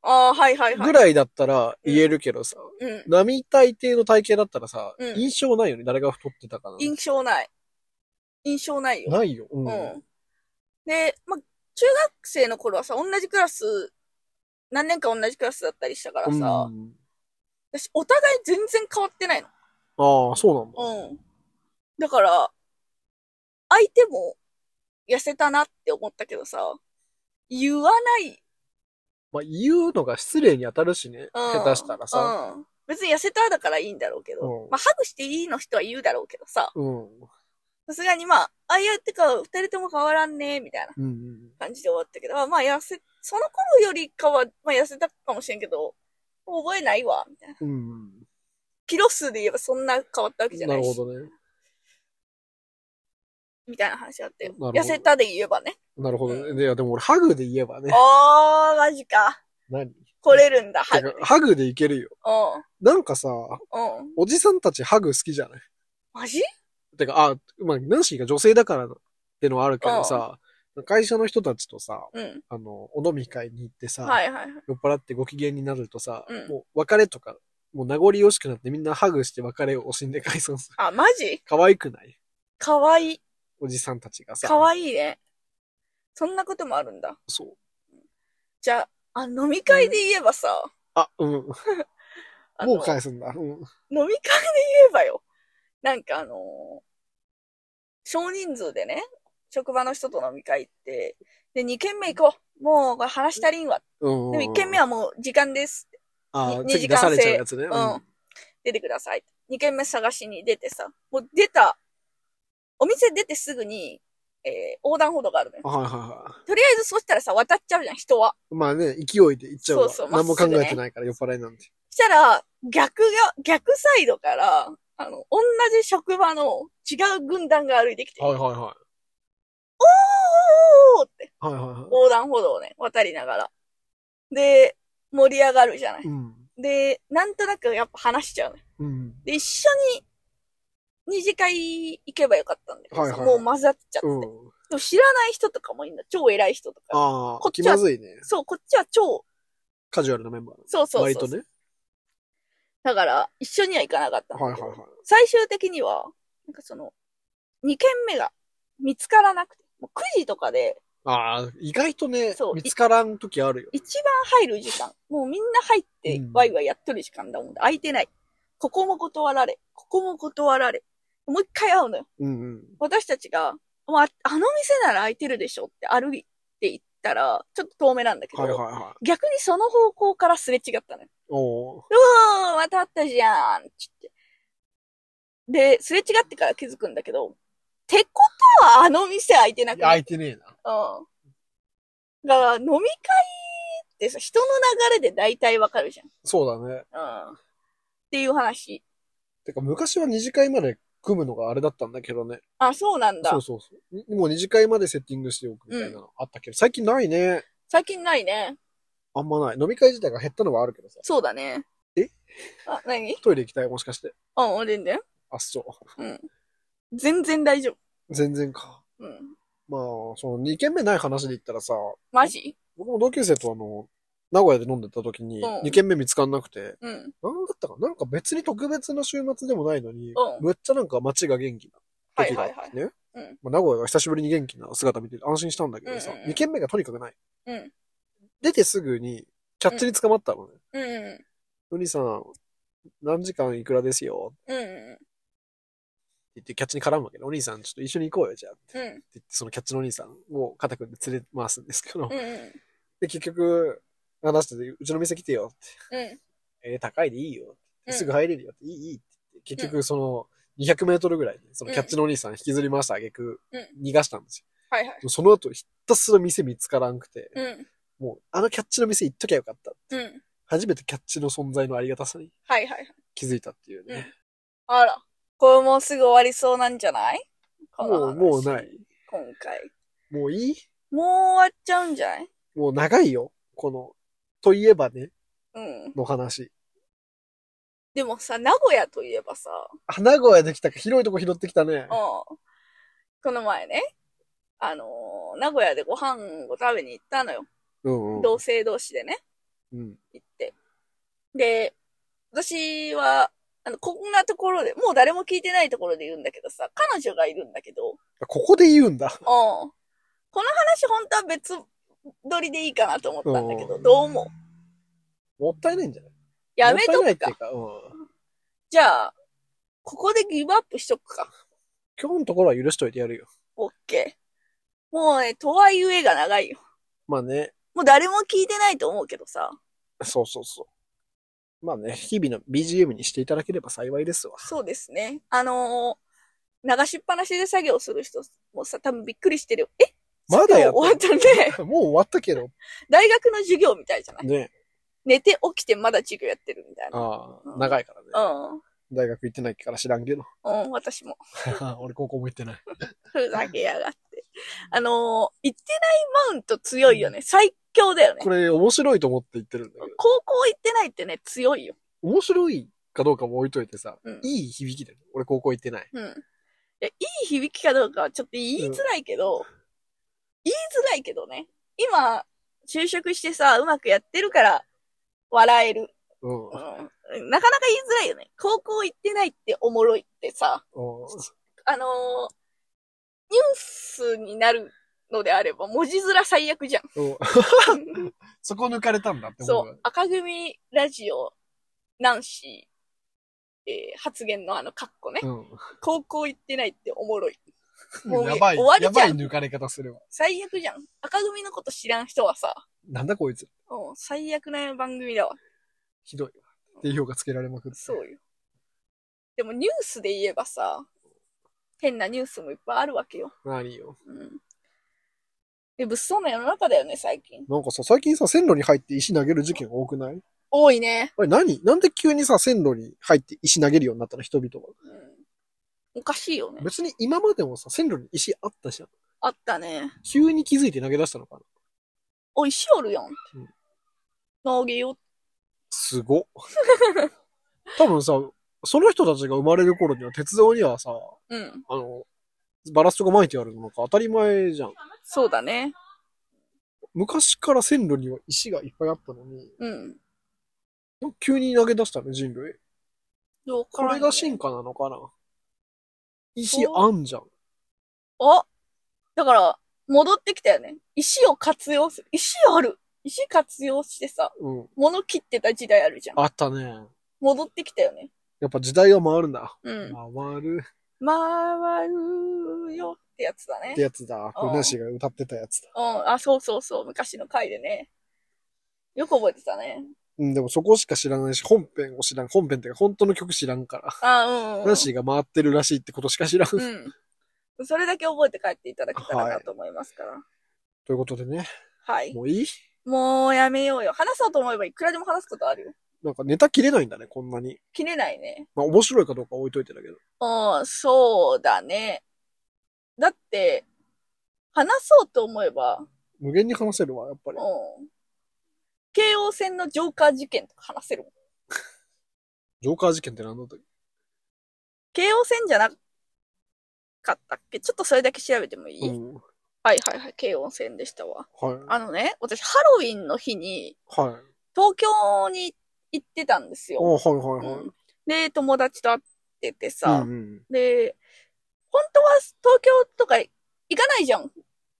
B: ああ、はいはい
A: ない
B: は
A: ぐ
B: い。
A: らいだったら言えるけどさ、
B: うん。
A: 並大抵の体型だったらさ、
B: うん
A: 印象ないよね。誰が太ってたかな。
B: 印象ない。印象ないよ。
A: ないよ。うん。
B: うん。で、まあ、中学生の頃はさ、同じクラス、何年か同じクラスだったりしたから
A: うん
B: さ
A: あ、
B: 私、お互い全然変わってないの。
A: あ、そうなんだ。
B: うん。だから、相手も痩せたなって思ったけどさ、言わない。
A: まあ、言うのが失礼に当たるしね。
B: うん、
A: 下手したらさ。
B: うん。別に痩せただからいいんだろうけど、
A: うん
B: まあ、ハグしていいの人は言うだろうけどさ、
A: うん。うん。
B: さすがにまあ、あ、いや、てか、二人とも変わらんね、みたいな。
A: うん
B: 感じで終わったけど、あまあ痩せ、その頃よりかは、まあ痩せたかもしれんけど、覚えないわ、みたいな。
A: うん。
B: キロ数で言えばそんな変わったわけじゃ
A: な
B: な
A: る
B: い
A: ほ
B: し、
A: どね。
B: みたいな話あって
A: なるほ。ど
B: 痩せたで言えばね。
A: なるほどね。いや、でも俺、ハグで言えばね。
B: あー、マジか。
A: 何
B: 来れるんだ、ハグ
A: て。かハグでいけるよ。
B: う
A: なんかさ、
B: ん、うん。
A: おじさんたちハグ好きじゃない
B: マジ
A: てか、あ、まあ、ナンシーが女性だからってのはあるけどさ、会社の人たちとさ、
B: うん。
A: あの、お飲み会に行ってさ、
B: はいはいはい。
A: 酔っ払ってご機嫌になるとさ、
B: うん
A: もう別れとか、もう名残惜しくなってみんなハグして別れを惜しんで解散する。
B: あ、マジ
A: 可愛くない
B: かわいい。
A: おじさんたちがさ。
B: かわいいね。そんなこともあるんだ。
A: そう。
B: じゃあ、あ飲み会で言えばさ、
A: あ、うん。も
B: あ
A: う
B: の
A: 返すんだ。うん。
B: 飲み会で言えばよ。なんかあのー少人数でね、職場の人と飲み会行って、で、2軒目行こう。もうこれ話したりんわ。
A: うん。
B: でも1軒目
A: は、
B: はもう時間です。
A: あ
B: に
A: 席出されちゃうやつね。
B: うん。出てください。2軒目探しに出てさ、もう出た、お店出てすぐに、えー、横断歩道があるのよ。
A: はいはいは
B: とりあえずそしたらさ、渡っちゃうじゃん、人は。
A: い。まあね、勢いで行っちゃうわ。
B: そうそう
A: 何も考
B: まっすぐ
A: え
B: ね
A: てないから酔っ払いなんて。
B: そしたら、逆が、逆サイドから、あの、同じ職場の違う軍団が歩いてきて、
A: はいはいは
B: おーおーおーおーって
A: い。はいはいは。
B: 横断歩道をね、渡りながら。で、盛り上がるじゃないい。
A: うん。
B: で、なんとなくやっぱ話しちゃうのよ。
A: うん。
B: で、一緒に二次会行けばよかったんだけどさ、
A: はいはいはい
B: もう混ざっちゃって。
A: うん
B: で。も知らない人とかもいいんだ。超偉い人とか。
A: あ
B: こ
A: あ、
B: っち
A: 気
B: は
A: まずいね。
B: そう、こっちは超、
A: カジュアルなメンバー。
B: そうそうそう
A: 割とね。
B: だから、一緒には行かなかったんだ
A: はい
B: け
A: はい
B: ど、
A: はい。
B: 最終的には、なんかその、二軒目が見つからなくて、もう9時とかで
A: ああ、意外とね
B: そ、う
A: 見つからん時あるよ。
B: 一番入る時間。もうみんな入って
A: うん
B: ワイワイやっとる時間だもん。空いてない。ここも断られ。ここも断られ。もう一回会うのよ。
A: うんうん。
B: 私たちが、まあ、あの店なら空いてるでしょって歩いて行ったら、ちょっと遠目なんだけど、
A: はいはいはい。
B: 逆にその方向からすれ違ったのよ。
A: おー
B: うおー、また会ったじゃんって言って。で、すれ違ってから気づくんだけど、ってことはあの店空いてないく
A: や
B: な
A: 空
B: い
A: いてねえな。
B: うん。だから飲み会ってさ、人の流れで大体わかるじ
A: そうだね。
B: ゃん。うん。っていう話。
A: てか、昔は二次会まで組むのがあれだったんだけどね。
B: あ、そうなんだ
A: そう。そうそう。にもう二次会までセッティングしておくみたいなのあったけど、最近ないね。
B: 最近ないね。
A: あんまない。飲み会自体が減ったのはあるけどさ。
B: そうだね。
A: え
B: あ、何
A: トイレ行きたいもしかして。
B: うん、全然。
A: あ、そ
B: 全然大丈夫。
A: う。全然か。
B: うん。
A: まあ、その二軒目ない話で言ったらさ、
B: マジ
A: 僕も同級生とあの、名古屋で飲んでた時に
B: うん、
A: 二軒目見つかんなくて、
B: うん。は
A: な
B: い
A: んだったかななんか別に特別な週末でもないのに、
B: うん
A: むっちゃなんか街が元気な
B: は
A: 時
B: い
A: があっ
B: は
A: て
B: い。
A: ね。
B: うん
A: まあ、名古屋が久しぶりに元気な姿見て安心したんだけどさ、
B: うんうんうん
A: 二軒目がとにかくない。
B: うん。
A: 出てすぐに、キャッチに捕まったのね。
B: うんうん。
A: のりさん、何時間いくらですよって
B: うんうん。
A: 言ってキャッチに絡むわけで、お兄さんちょっと一緒に行こうよ、じゃあ。って
B: うん
A: 言って、そのキャッチのお兄さんを肩組んで連れ回すんですけど、
B: うんうん。
A: で、結局、話してて、うちの店来てよって。
B: うん。
A: えー高いでいいよ。
B: うん
A: すぐ入れるよって、いいいいって言って。結局、その、200メートルぐらいで、そのキャッチのお兄さん引きずり回したあげく
B: うん、
A: 逃がしたんです
B: はいはい。
A: よ。その後、ひたすら店見つからんくて、
B: うん。
A: もう、あのキャッチの店行っときゃよかった。
B: うん。
A: 初めてキャッチの存在のありがたさに
B: はいはい。
A: 気づいたっていうね。
B: あら。これもうすぐ終わりそうなんじゃない
A: もう、もうない。。
B: この話今回。
A: もういい
B: もう終わっちゃうんじゃない
A: もう長いよ。この、といえばね、
B: うん。
A: の話。
B: でもさ、名古屋といえばさ、
A: あ、名古屋できたか、広いとこ拾ってきたね
B: うん。。この前ね、あのー名古屋でご飯を食べに行ったのよ。
A: うんうん。
B: 同性同士でね、
A: うん。
B: 行って。で、私は、あの、こんなところで、もう誰も聞いてないところで言うんだけどさ、彼女がいるんだけど、うん。
A: ここで言うんだ。
B: この話本当は別撮りでいいかなと思ったんだけ
A: う
B: ど、
A: ん
B: どう思う
A: もったいないんじゃない
B: やめ
A: もったい
B: と
A: ないっ
B: く
A: てい
B: か
A: う。か、うん。
B: じゃあ、ここでギブアップしとくか。
A: 今日のところは許しといてやるよ。
B: オッケー。もうね、とはいえが長いよ。
A: まあね、
B: もう誰も聞いてないと思うけどさ。
A: そうそうそう。まあね、日々の BGM にしていただければ幸いですわ。
B: そうですね。あのー流しっぱなしで作業する人もさ、多分びっくりしてるよ。え
A: まだやっ
B: 終わってたね。
A: る。もう終わったけど。
B: 大学の授業みたいじゃない
A: ね。
B: 寝て起きてまだ授業やってるみたいな。
A: あ
B: う
A: あ、
B: ん
A: 長いからね。
B: うん。
A: 大学行ってないから知らん けど。
B: うん、私も。
A: 俺高校も行ってない。
B: ふざけやがって。あのー行ってないマウント強いよね。最強だよね。
A: これ面白いと思って言ってるんだけど。
B: 高校行ってないってね、強いよ。
A: 面白いかどうかも置いといてさ、
B: うん
A: いい響きで、俺高校行ってない。
B: うん。いや、いい響きかどうかはちょっと言いづらいけど、言いづらいけどね。今、就職してさ、うまくやってるから、笑える。
A: うん。
B: うん。なかなか言いづらいよね。高校行ってないっておもろいってさ、
A: うん
B: あのーニュースになるのであれば、文字面最悪じゃん。
A: うんそこ抜かれたんだって思
B: そうう。。赤組ラジオ、ナンシー、えー発言のあのカッコね。高校行ってないっておもろい。も
A: うん。
B: う
A: やばい、
B: 終わ
A: や
B: りじ
A: ば
B: ゃん
A: い抜かれ方するわ。
B: 最悪じゃん。赤組のこと知らん人はさ、
A: なんだこいつ。
B: うん、最悪な番組だわ。
A: ひどいわ。っていう評価つけられまくる。
B: そうよ。でもニュースで言えばさ、変なニュースもいっぱいあるわけよ。
A: 何よ。
B: うん。で、物騒な世の中だよね、最近。
A: なんかさ、最近さ、線路に入って石投げる事件多くない
B: 多いね。
A: あれ何なんで急にさ、線路に入って石投げるようになったの人々は。
B: うん。おかしいよね。
A: 別に今までもさ、線路に石あったじゃん。
B: あったね。
A: 急に気づいて投げ出したのかな
B: おい、石おるやんって
A: うん。
B: 投げよう。
A: すごっ。 多分さ、その人たちが生まれる頃には鉄道にはさ、
B: うん。
A: あの、バラストが巻いてあるのなんか当たり前じゃん。
B: そうだね。
A: 昔から線路には石がいっぱいあったのに、
B: うん。
A: なんか急に投げ出したね、人類。
B: どうか
A: こ
B: らんね
A: れが進化なのかな石あんじゃん。
B: あだから、戻ってきたよね。石を活用する。石ある石活用してさ、
A: うん。
B: 物切ってた時代あるじゃん。
A: あったね。
B: 戻ってきたよね。
A: やっぱ時代が回るんだ。
B: うん。
A: 回る
B: 回るよってやつだね
A: って。やつだ。これナッシーが歌ってたやつだ。
B: うん。あ、そうそうそう。昔の回でね。よく覚えてたね。
A: うん、でもそこしか知らないし、本編を知らん。本編っていうか、本当の曲知らんから。
B: あ、うん、うん。
A: ナッシーが回ってるらしいってことしか知らん。と
B: うん。それだけ覚えて帰っていただけたらなと思いますから。
A: いうことでね、
B: はい。
A: もういい
B: もうやめようよ。話そうと思えばいくらでも話すことあるよ。
A: なんかネタ切れないんだね、こんなに。
B: 切れないね。
A: まあ面白いかどうか置いといてだけど。
B: うん、そうだね。だって、話そうと思えば、
A: 無限に話せるわ、やっぱり。
B: うん。京王線のジョーカー事件とか話せるもん。
A: ジョーカー事件って何だったっけ
B: 京王線じゃなかったっけちょっとそれだけ調べてもいい、
A: うん。
B: はいはいはい、京王線でしたわ。
A: は
B: あのね、私ハロウィンの日に
A: い。はい。
B: 東京に行ってたんです
A: あ
B: よ。
A: はいはいはい。
B: うんで、友達と会っててさ、
A: うんうん。
B: で、本当は東京とか行かないじゃん。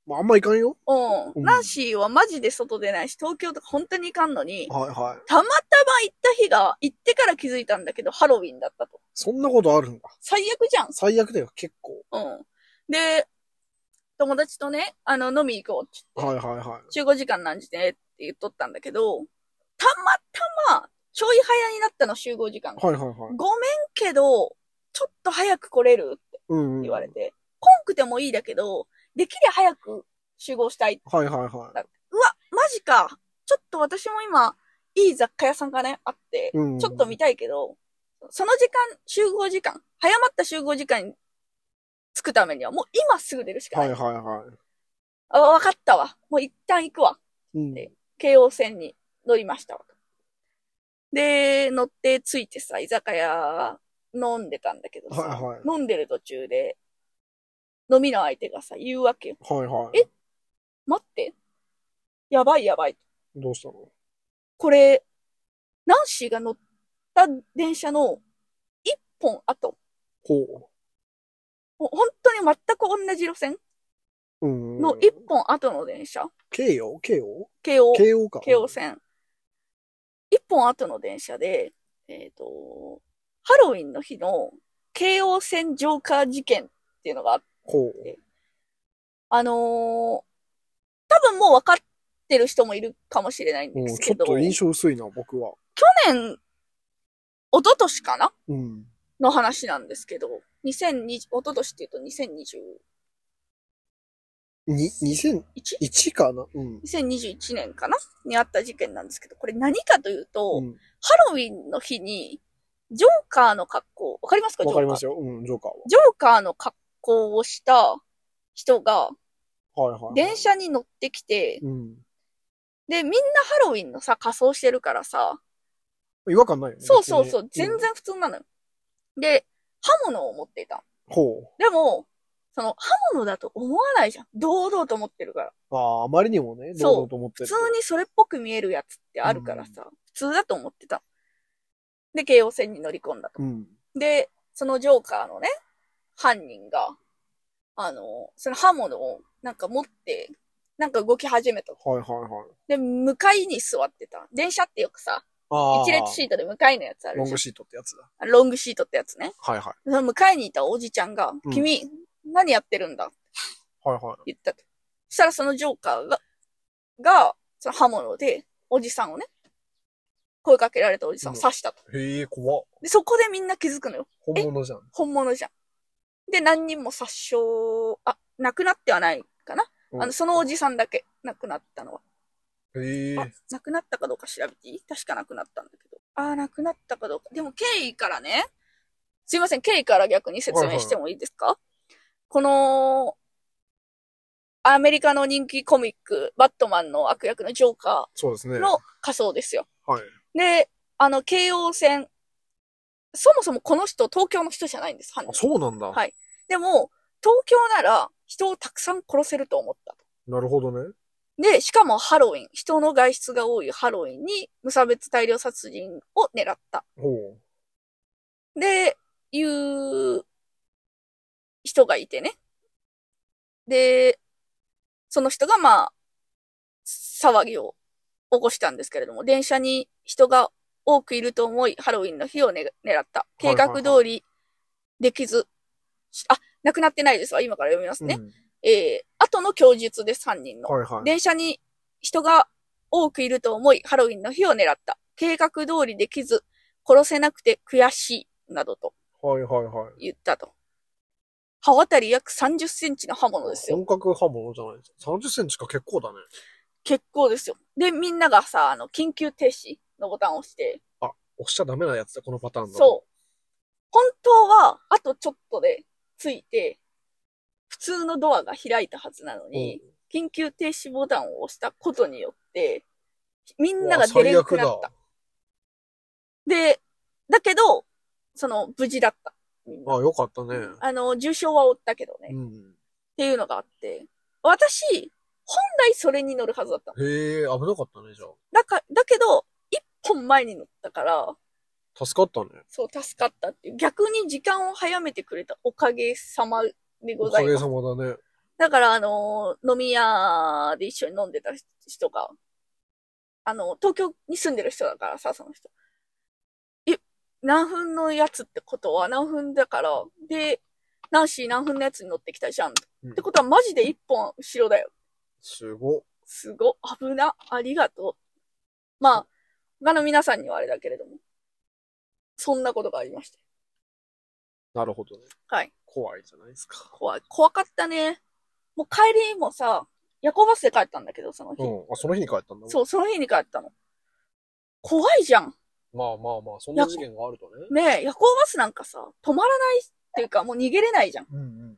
A: まああんまいかんよ。
B: う。
A: うんん
B: ナンシーはマジで外出ないし、東京とか本当に行かんのに、
A: はいはい。
B: たまたま行った日が、行ってから気づいたんだけど、ハロウィンだったと。
A: そんなことあるんだ。
B: 最悪じゃん。
A: 最悪だよ、結構。
B: うん。で、友達とね、あの、飲み行こうって言っ
A: はいはいはい。
B: て、15時間何時でって言っとったんだけど、たまたま、ちょい早になったの、集合時間が。
A: はいはいはい。
B: ごめんけど、ちょっと早く来れるって
A: うん、うん。
B: 言われて、こんくてもいいだけど、できりゃ早く集合したい。
A: はいはいは
B: うわ、マジか。ちょっと私も今、いい雑貨屋さんがね、あって
A: い。、うん。
B: ちょっと見たいけど、その時間、集合時間、早まった集合時間に着くためには、もう今すぐ出るしかな
A: はい
B: い。
A: はいはい。
B: あ、わかったわ。もう一旦行くわ。
A: うん
B: で京王線に乗りましたわ。で、乗って着いてさ、居酒屋飲んでたんだけどさ、
A: はいはい
B: 飲んでる途中で、飲みの相手がさ、言うわけよ。
A: はいはい。
B: え待って。やばいやばい。
A: どうしたの
B: これ、ナンシーが乗った電車の一本後。
A: ほ
B: もう本当に全く同じ路線
A: う。うんうん。
B: の一本後の電車。
A: 慶応慶応
B: 京王。
A: 慶応か。
B: 京王。線。一本後の電車で、えっ、と、ハロウィンの日の京王線ジョーカー事件っていうのがあ、
A: ほう。
B: あのー多分もう分かってる人もいるかもしれないん
A: う
B: で
A: ん、
B: す
A: ち
B: け
A: ょっ
B: ど、
A: と印
B: 去
A: 象薄いな、僕は。
B: 年、一昨年かな
A: うん。
B: の話なんですけど、2020、一昨年っていうと
A: に、2001
B: 2021?2021
A: かなうん。
B: 年かなにあった事件なんですけど、これ何かというと、
A: うん
B: ハロウィンの日に、ジョーカーの格好、わかりますか
A: わかります
B: ジョーカー
A: よ。うん、ジョーカー
B: ジョーカーの格好をした人が、
A: は。はいはいはい。
B: 電車に乗ってきて、
A: うん。
B: で、みんなハロウィンのさ、仮装してるからさ、
A: 違和感ないよね。
B: そうそうそう、
A: 別に
B: 全。然普通なのよ。で、刃物を持っていたの。
A: うんほ
B: でも、その、刃物だと思わないじゃん。堂々と思ってるから。
A: う。ああ、あまりにもね、
B: そう
A: どうぞと思って
B: 普
A: る
B: 通
A: と。
B: にそれっぽく見えるやつってあるからさ、普通だと思ってた。で、京王線に乗り込んだと。
A: うん。
B: で、そのジョーカーのね、犯人が、あの、その刃物をなんか持って、なんか動き始めたと。
A: はいはいはい。
B: で、向かいに座ってた。電車ってよくさ、
A: ああ。
B: 一列シートで向かいのやつある
A: ロン
B: じ
A: グ
B: ゃん。
A: シートってやつだ。
B: あロングシートってやつね。
A: はいはい。
B: その向かいにいたおじちゃんが、
A: うん
B: 君、何やってるんだって
A: はいはい。
B: 言ったと。そしたらそのジョーカーが、が、その刃物で、おじさんをね、声かけられたおじさんを刺したと。
A: へえ、怖っ
B: で、そこでみんな気づくのよ。
A: 本物じゃん。
B: 本物じゃん。で、何人も殺傷、あ、亡くなってはないかな、
A: うん
B: あの、そのおじさんだけ亡くなったのは。
A: へえ。
B: あ、亡くなったかどうか調べていい確か亡くなったんだけど。あー、亡くなったかどうか。でも経緯からね、すいません、経緯から逆に説明してもいいですか、この、アメリカの人気コミック、バットマンの悪役のジョーカ
A: そうですね。
B: ー
A: は
B: の仮装ですよ。
A: い。
B: で、あの、京王線、そもそもこの人、東京の人じゃないんです、犯
A: あ
B: 人
A: そうなんだ。
B: はいでも、東京なら人をたくさん殺せると思った。
A: なるほどね。
B: で、しかもハロウィン、人の外出が多いハロウィンに無差別大量殺人を狙った。
A: ほ
B: で、いう人がいてね。で、その人がまあ、騒ぎを起こしたんですけれども、電車に人が多くいると思い、ハロウィンの日を、ね、狙った。計画
A: は
B: 通りできず、しあ、亡くなってないですわ。今から読みますね。
A: うん
B: えー、後の供述です、3人の。
A: はいはい。
B: 電車に人が多くいると思い、ハロウィンの日を狙った。計画通りできず、殺せなくて悔しい、などと
A: はいはいはい。
B: 言ったと。刃渡り約30センチの刃物ですよ。
A: 本格刃物じゃないですか。30センチか結構だね。
B: 結構ですよ。で、みんながさ、あの、緊急停止のボタンを押して、
A: 押しちゃダメなやつだ、このパターンだ。
B: そう。本当は、あとちょっとでついて、普通のドアが開いたはずなの
A: うん。
B: に、緊急停止ボタンを押したことによって、みんなが出れなくなった。で、だけど、その、無事だった。みん
A: うわ最悪だ。
B: な
A: あ、よかったね。
B: あの、重傷は負ったけどね、
A: う
B: っ
A: ん。
B: ていうのがあって、私、本来それに乗るはずだったの。
A: へえ、危なかったね、じゃ
B: だか、だけど、一本前に乗ったから、
A: あ。助かったね。
B: そう、助かったっていう。逆に時間を早めてくれたおかげさまでご
A: お
B: ざ
A: か
B: い
A: げ
B: ます。
A: さまだね。
B: だから、あのー、飲み屋で一緒に飲んでた人が、あの、東京に住んでる人だからさ、その人。え、何分のやつってことは何分だから、で、ナンシー何分のやつに乗ってきたじゃん。っ
A: うん
B: てことはマジで一本後ろだよ。
A: すごっ。
B: すご、危な、ありがとう。まあ、他の皆さんにはあれだけれども、そんなことがありました。
A: なるほどね。
B: はい。
A: 怖いじゃないですか。
B: 怖い。怖かったね。もう帰りもさ、夜行バスで帰ったんだけど、その日。
A: うん。あ、その日に帰ったんだ
B: そう、その日に帰ったの。怖いじゃん。
A: まあまあまあ、そんな事件があるとね。
B: ねえ、夜行バスなんかさ、止まらないっていうか、もう逃げれないじゃん。
A: うん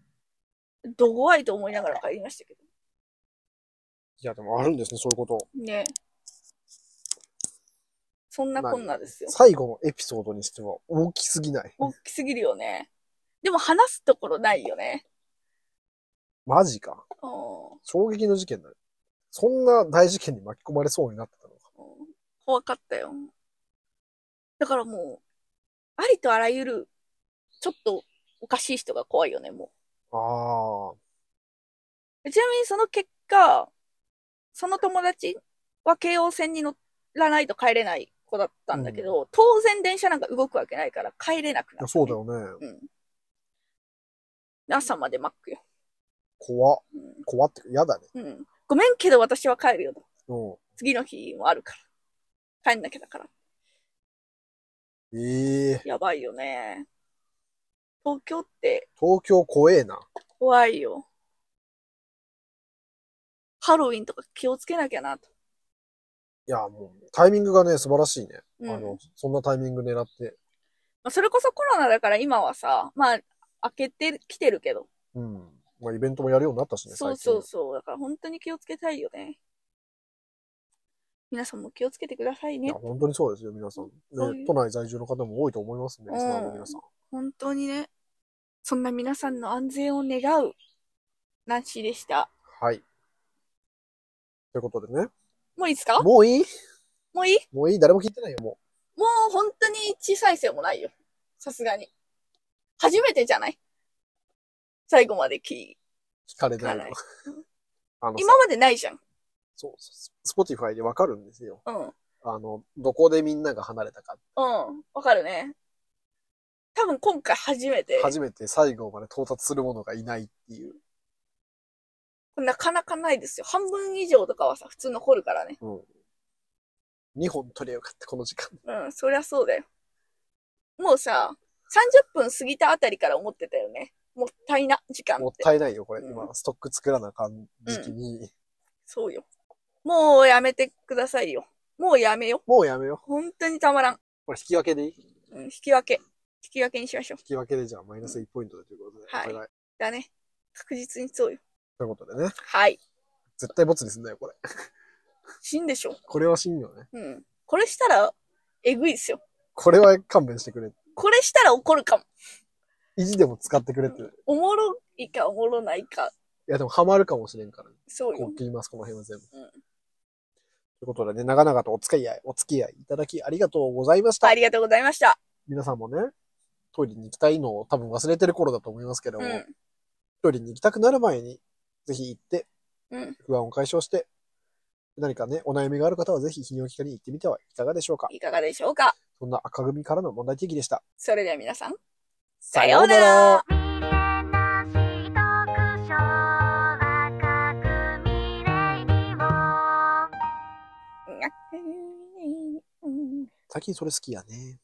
A: うん。
B: どごわいと思いながら帰りましたけど。
A: いや、でもあるんですね、そういうこと。
B: ねえ。そんなこんなですよ。
A: 最後のエピソードにしては大きすぎない。
B: 大きすぎるよね。でも話すところないよね。
A: マジか。
B: うん
A: 衝撃の事件だね。そんな大事件に巻き込まれそうになってたのか。
B: うん怖かったよ。だからもう、ありとあらゆる、ちょっとおかしい人が怖いよね、もう。
A: ああ。
B: ちなみにその結果、その友達は京王線に乗らないと帰れない子だったんだけど、当然電車なんか動くわけないから帰れなく
A: い
B: な
A: や
B: った、
A: そうだ。よね。
B: うん。朝までマックよ。
A: 怖っ。
B: う
A: 怖ってか、嫌だね。
B: ん。うん。ごめんけど私は帰るよと。
A: う
B: 次の日もあるから。帰んなきゃだから。
A: ん。ええ
B: やばいよね。東京って
A: 東京怖えな。
B: 怖いよ。ハロウィンとか気をつけなきゃなと。
A: いや、もう、タイミングがね、素晴らしいね。
B: うん
A: あの、そんなタイミング狙って。
B: まあ、それこそコロナだから今はさ、まあ、開けてきてるけど。
A: うん。まあ、イベントもやるようになったしね、
B: そう
A: 最
B: そう
A: 近
B: そう。だから本当に気をつけたいよね。皆さんも気をつけてください
A: い
B: ね
A: や、。本当にそうですよ、皆さん。ね
B: そういう
A: 都内在住の方も多いと思いますね、
B: うん
A: リスナーの皆さん。
B: 本当にね。そんな皆さんの安全を願う、ナンシーでした。
A: はい。ということでね。
B: もういいですか
A: もういい
B: もういい
A: もういい誰も聞いてないよ、も
B: もう本当に小さいせいもないよ。さすがに。初めてじゃない最後まで聞い。
A: う。聞かれない
B: 聞かない
A: の。あのさ、
B: 今までないじゃん。
A: そう、スポティファイでわかるんですよ。
B: うん。
A: あの、どこでみんなが離れたか。
B: うん。わかるね。多分今回初めて。
A: 初めて最後まで到達する者がいないっていう。
B: なかなかないですよ。半分以上とかはさ、普通残るからね。
A: 2本取れよかった、この時間。
B: うん、そりゃそうだよ。もうさ、30分過ぎたあたりから思ってたよね。もったいな、時間
A: もっ
B: って。
A: たいないよ、これ。
B: うん
A: 今、ストック作らなあかん時期に。
B: そうよ。もうやめてくださいよ。もうやめよ。
A: もうやめよう。
B: 本当にたまらん。
A: これ引き分けでいい引
B: うん、引き分け。引き分けにしましょう。
A: き分けでじゃあ、マイナス1ポイントでということで。
B: はい
A: お互い。
B: だね。確実にそうよ。
A: ということでね。
B: はい。
A: 絶対ボツにすんなよ、これ。
B: 死んでしょ。
A: これは死んよね。
B: うん。これしたら、えぐいっすよ。
A: これは勘弁してくれ。
B: これしたら怒るかも。
A: 意地でも使ってくれって。い
B: おもろいかおもろないか。
A: や、でもハマるかもしれんからね。
B: そう
A: こ
B: よ
A: う。切ります、この辺は全部。
B: うん
A: ということでね、長々とお付き合い、お付き合いいただきありがとうございました。
B: ありがとうございました。
A: 皆さんもね、トイレに行きたいのを多分忘れてる頃だと思いますけど
B: う
A: も、
B: ん。
A: トイレに行きたくなる前に、ぜひ行って、
B: うん。
A: 不安を解消して、何かね、お悩みがある方はぜひ、泌尿器科に行ってみてはいかがでしょうか。
B: いかがでしょうか
A: そんな赤組からの問題提起でした。
B: それでは皆さん、
A: さ
B: ようなら
C: 未練なし特徴は各未来にも
B: うん
A: 最近それ好きやね。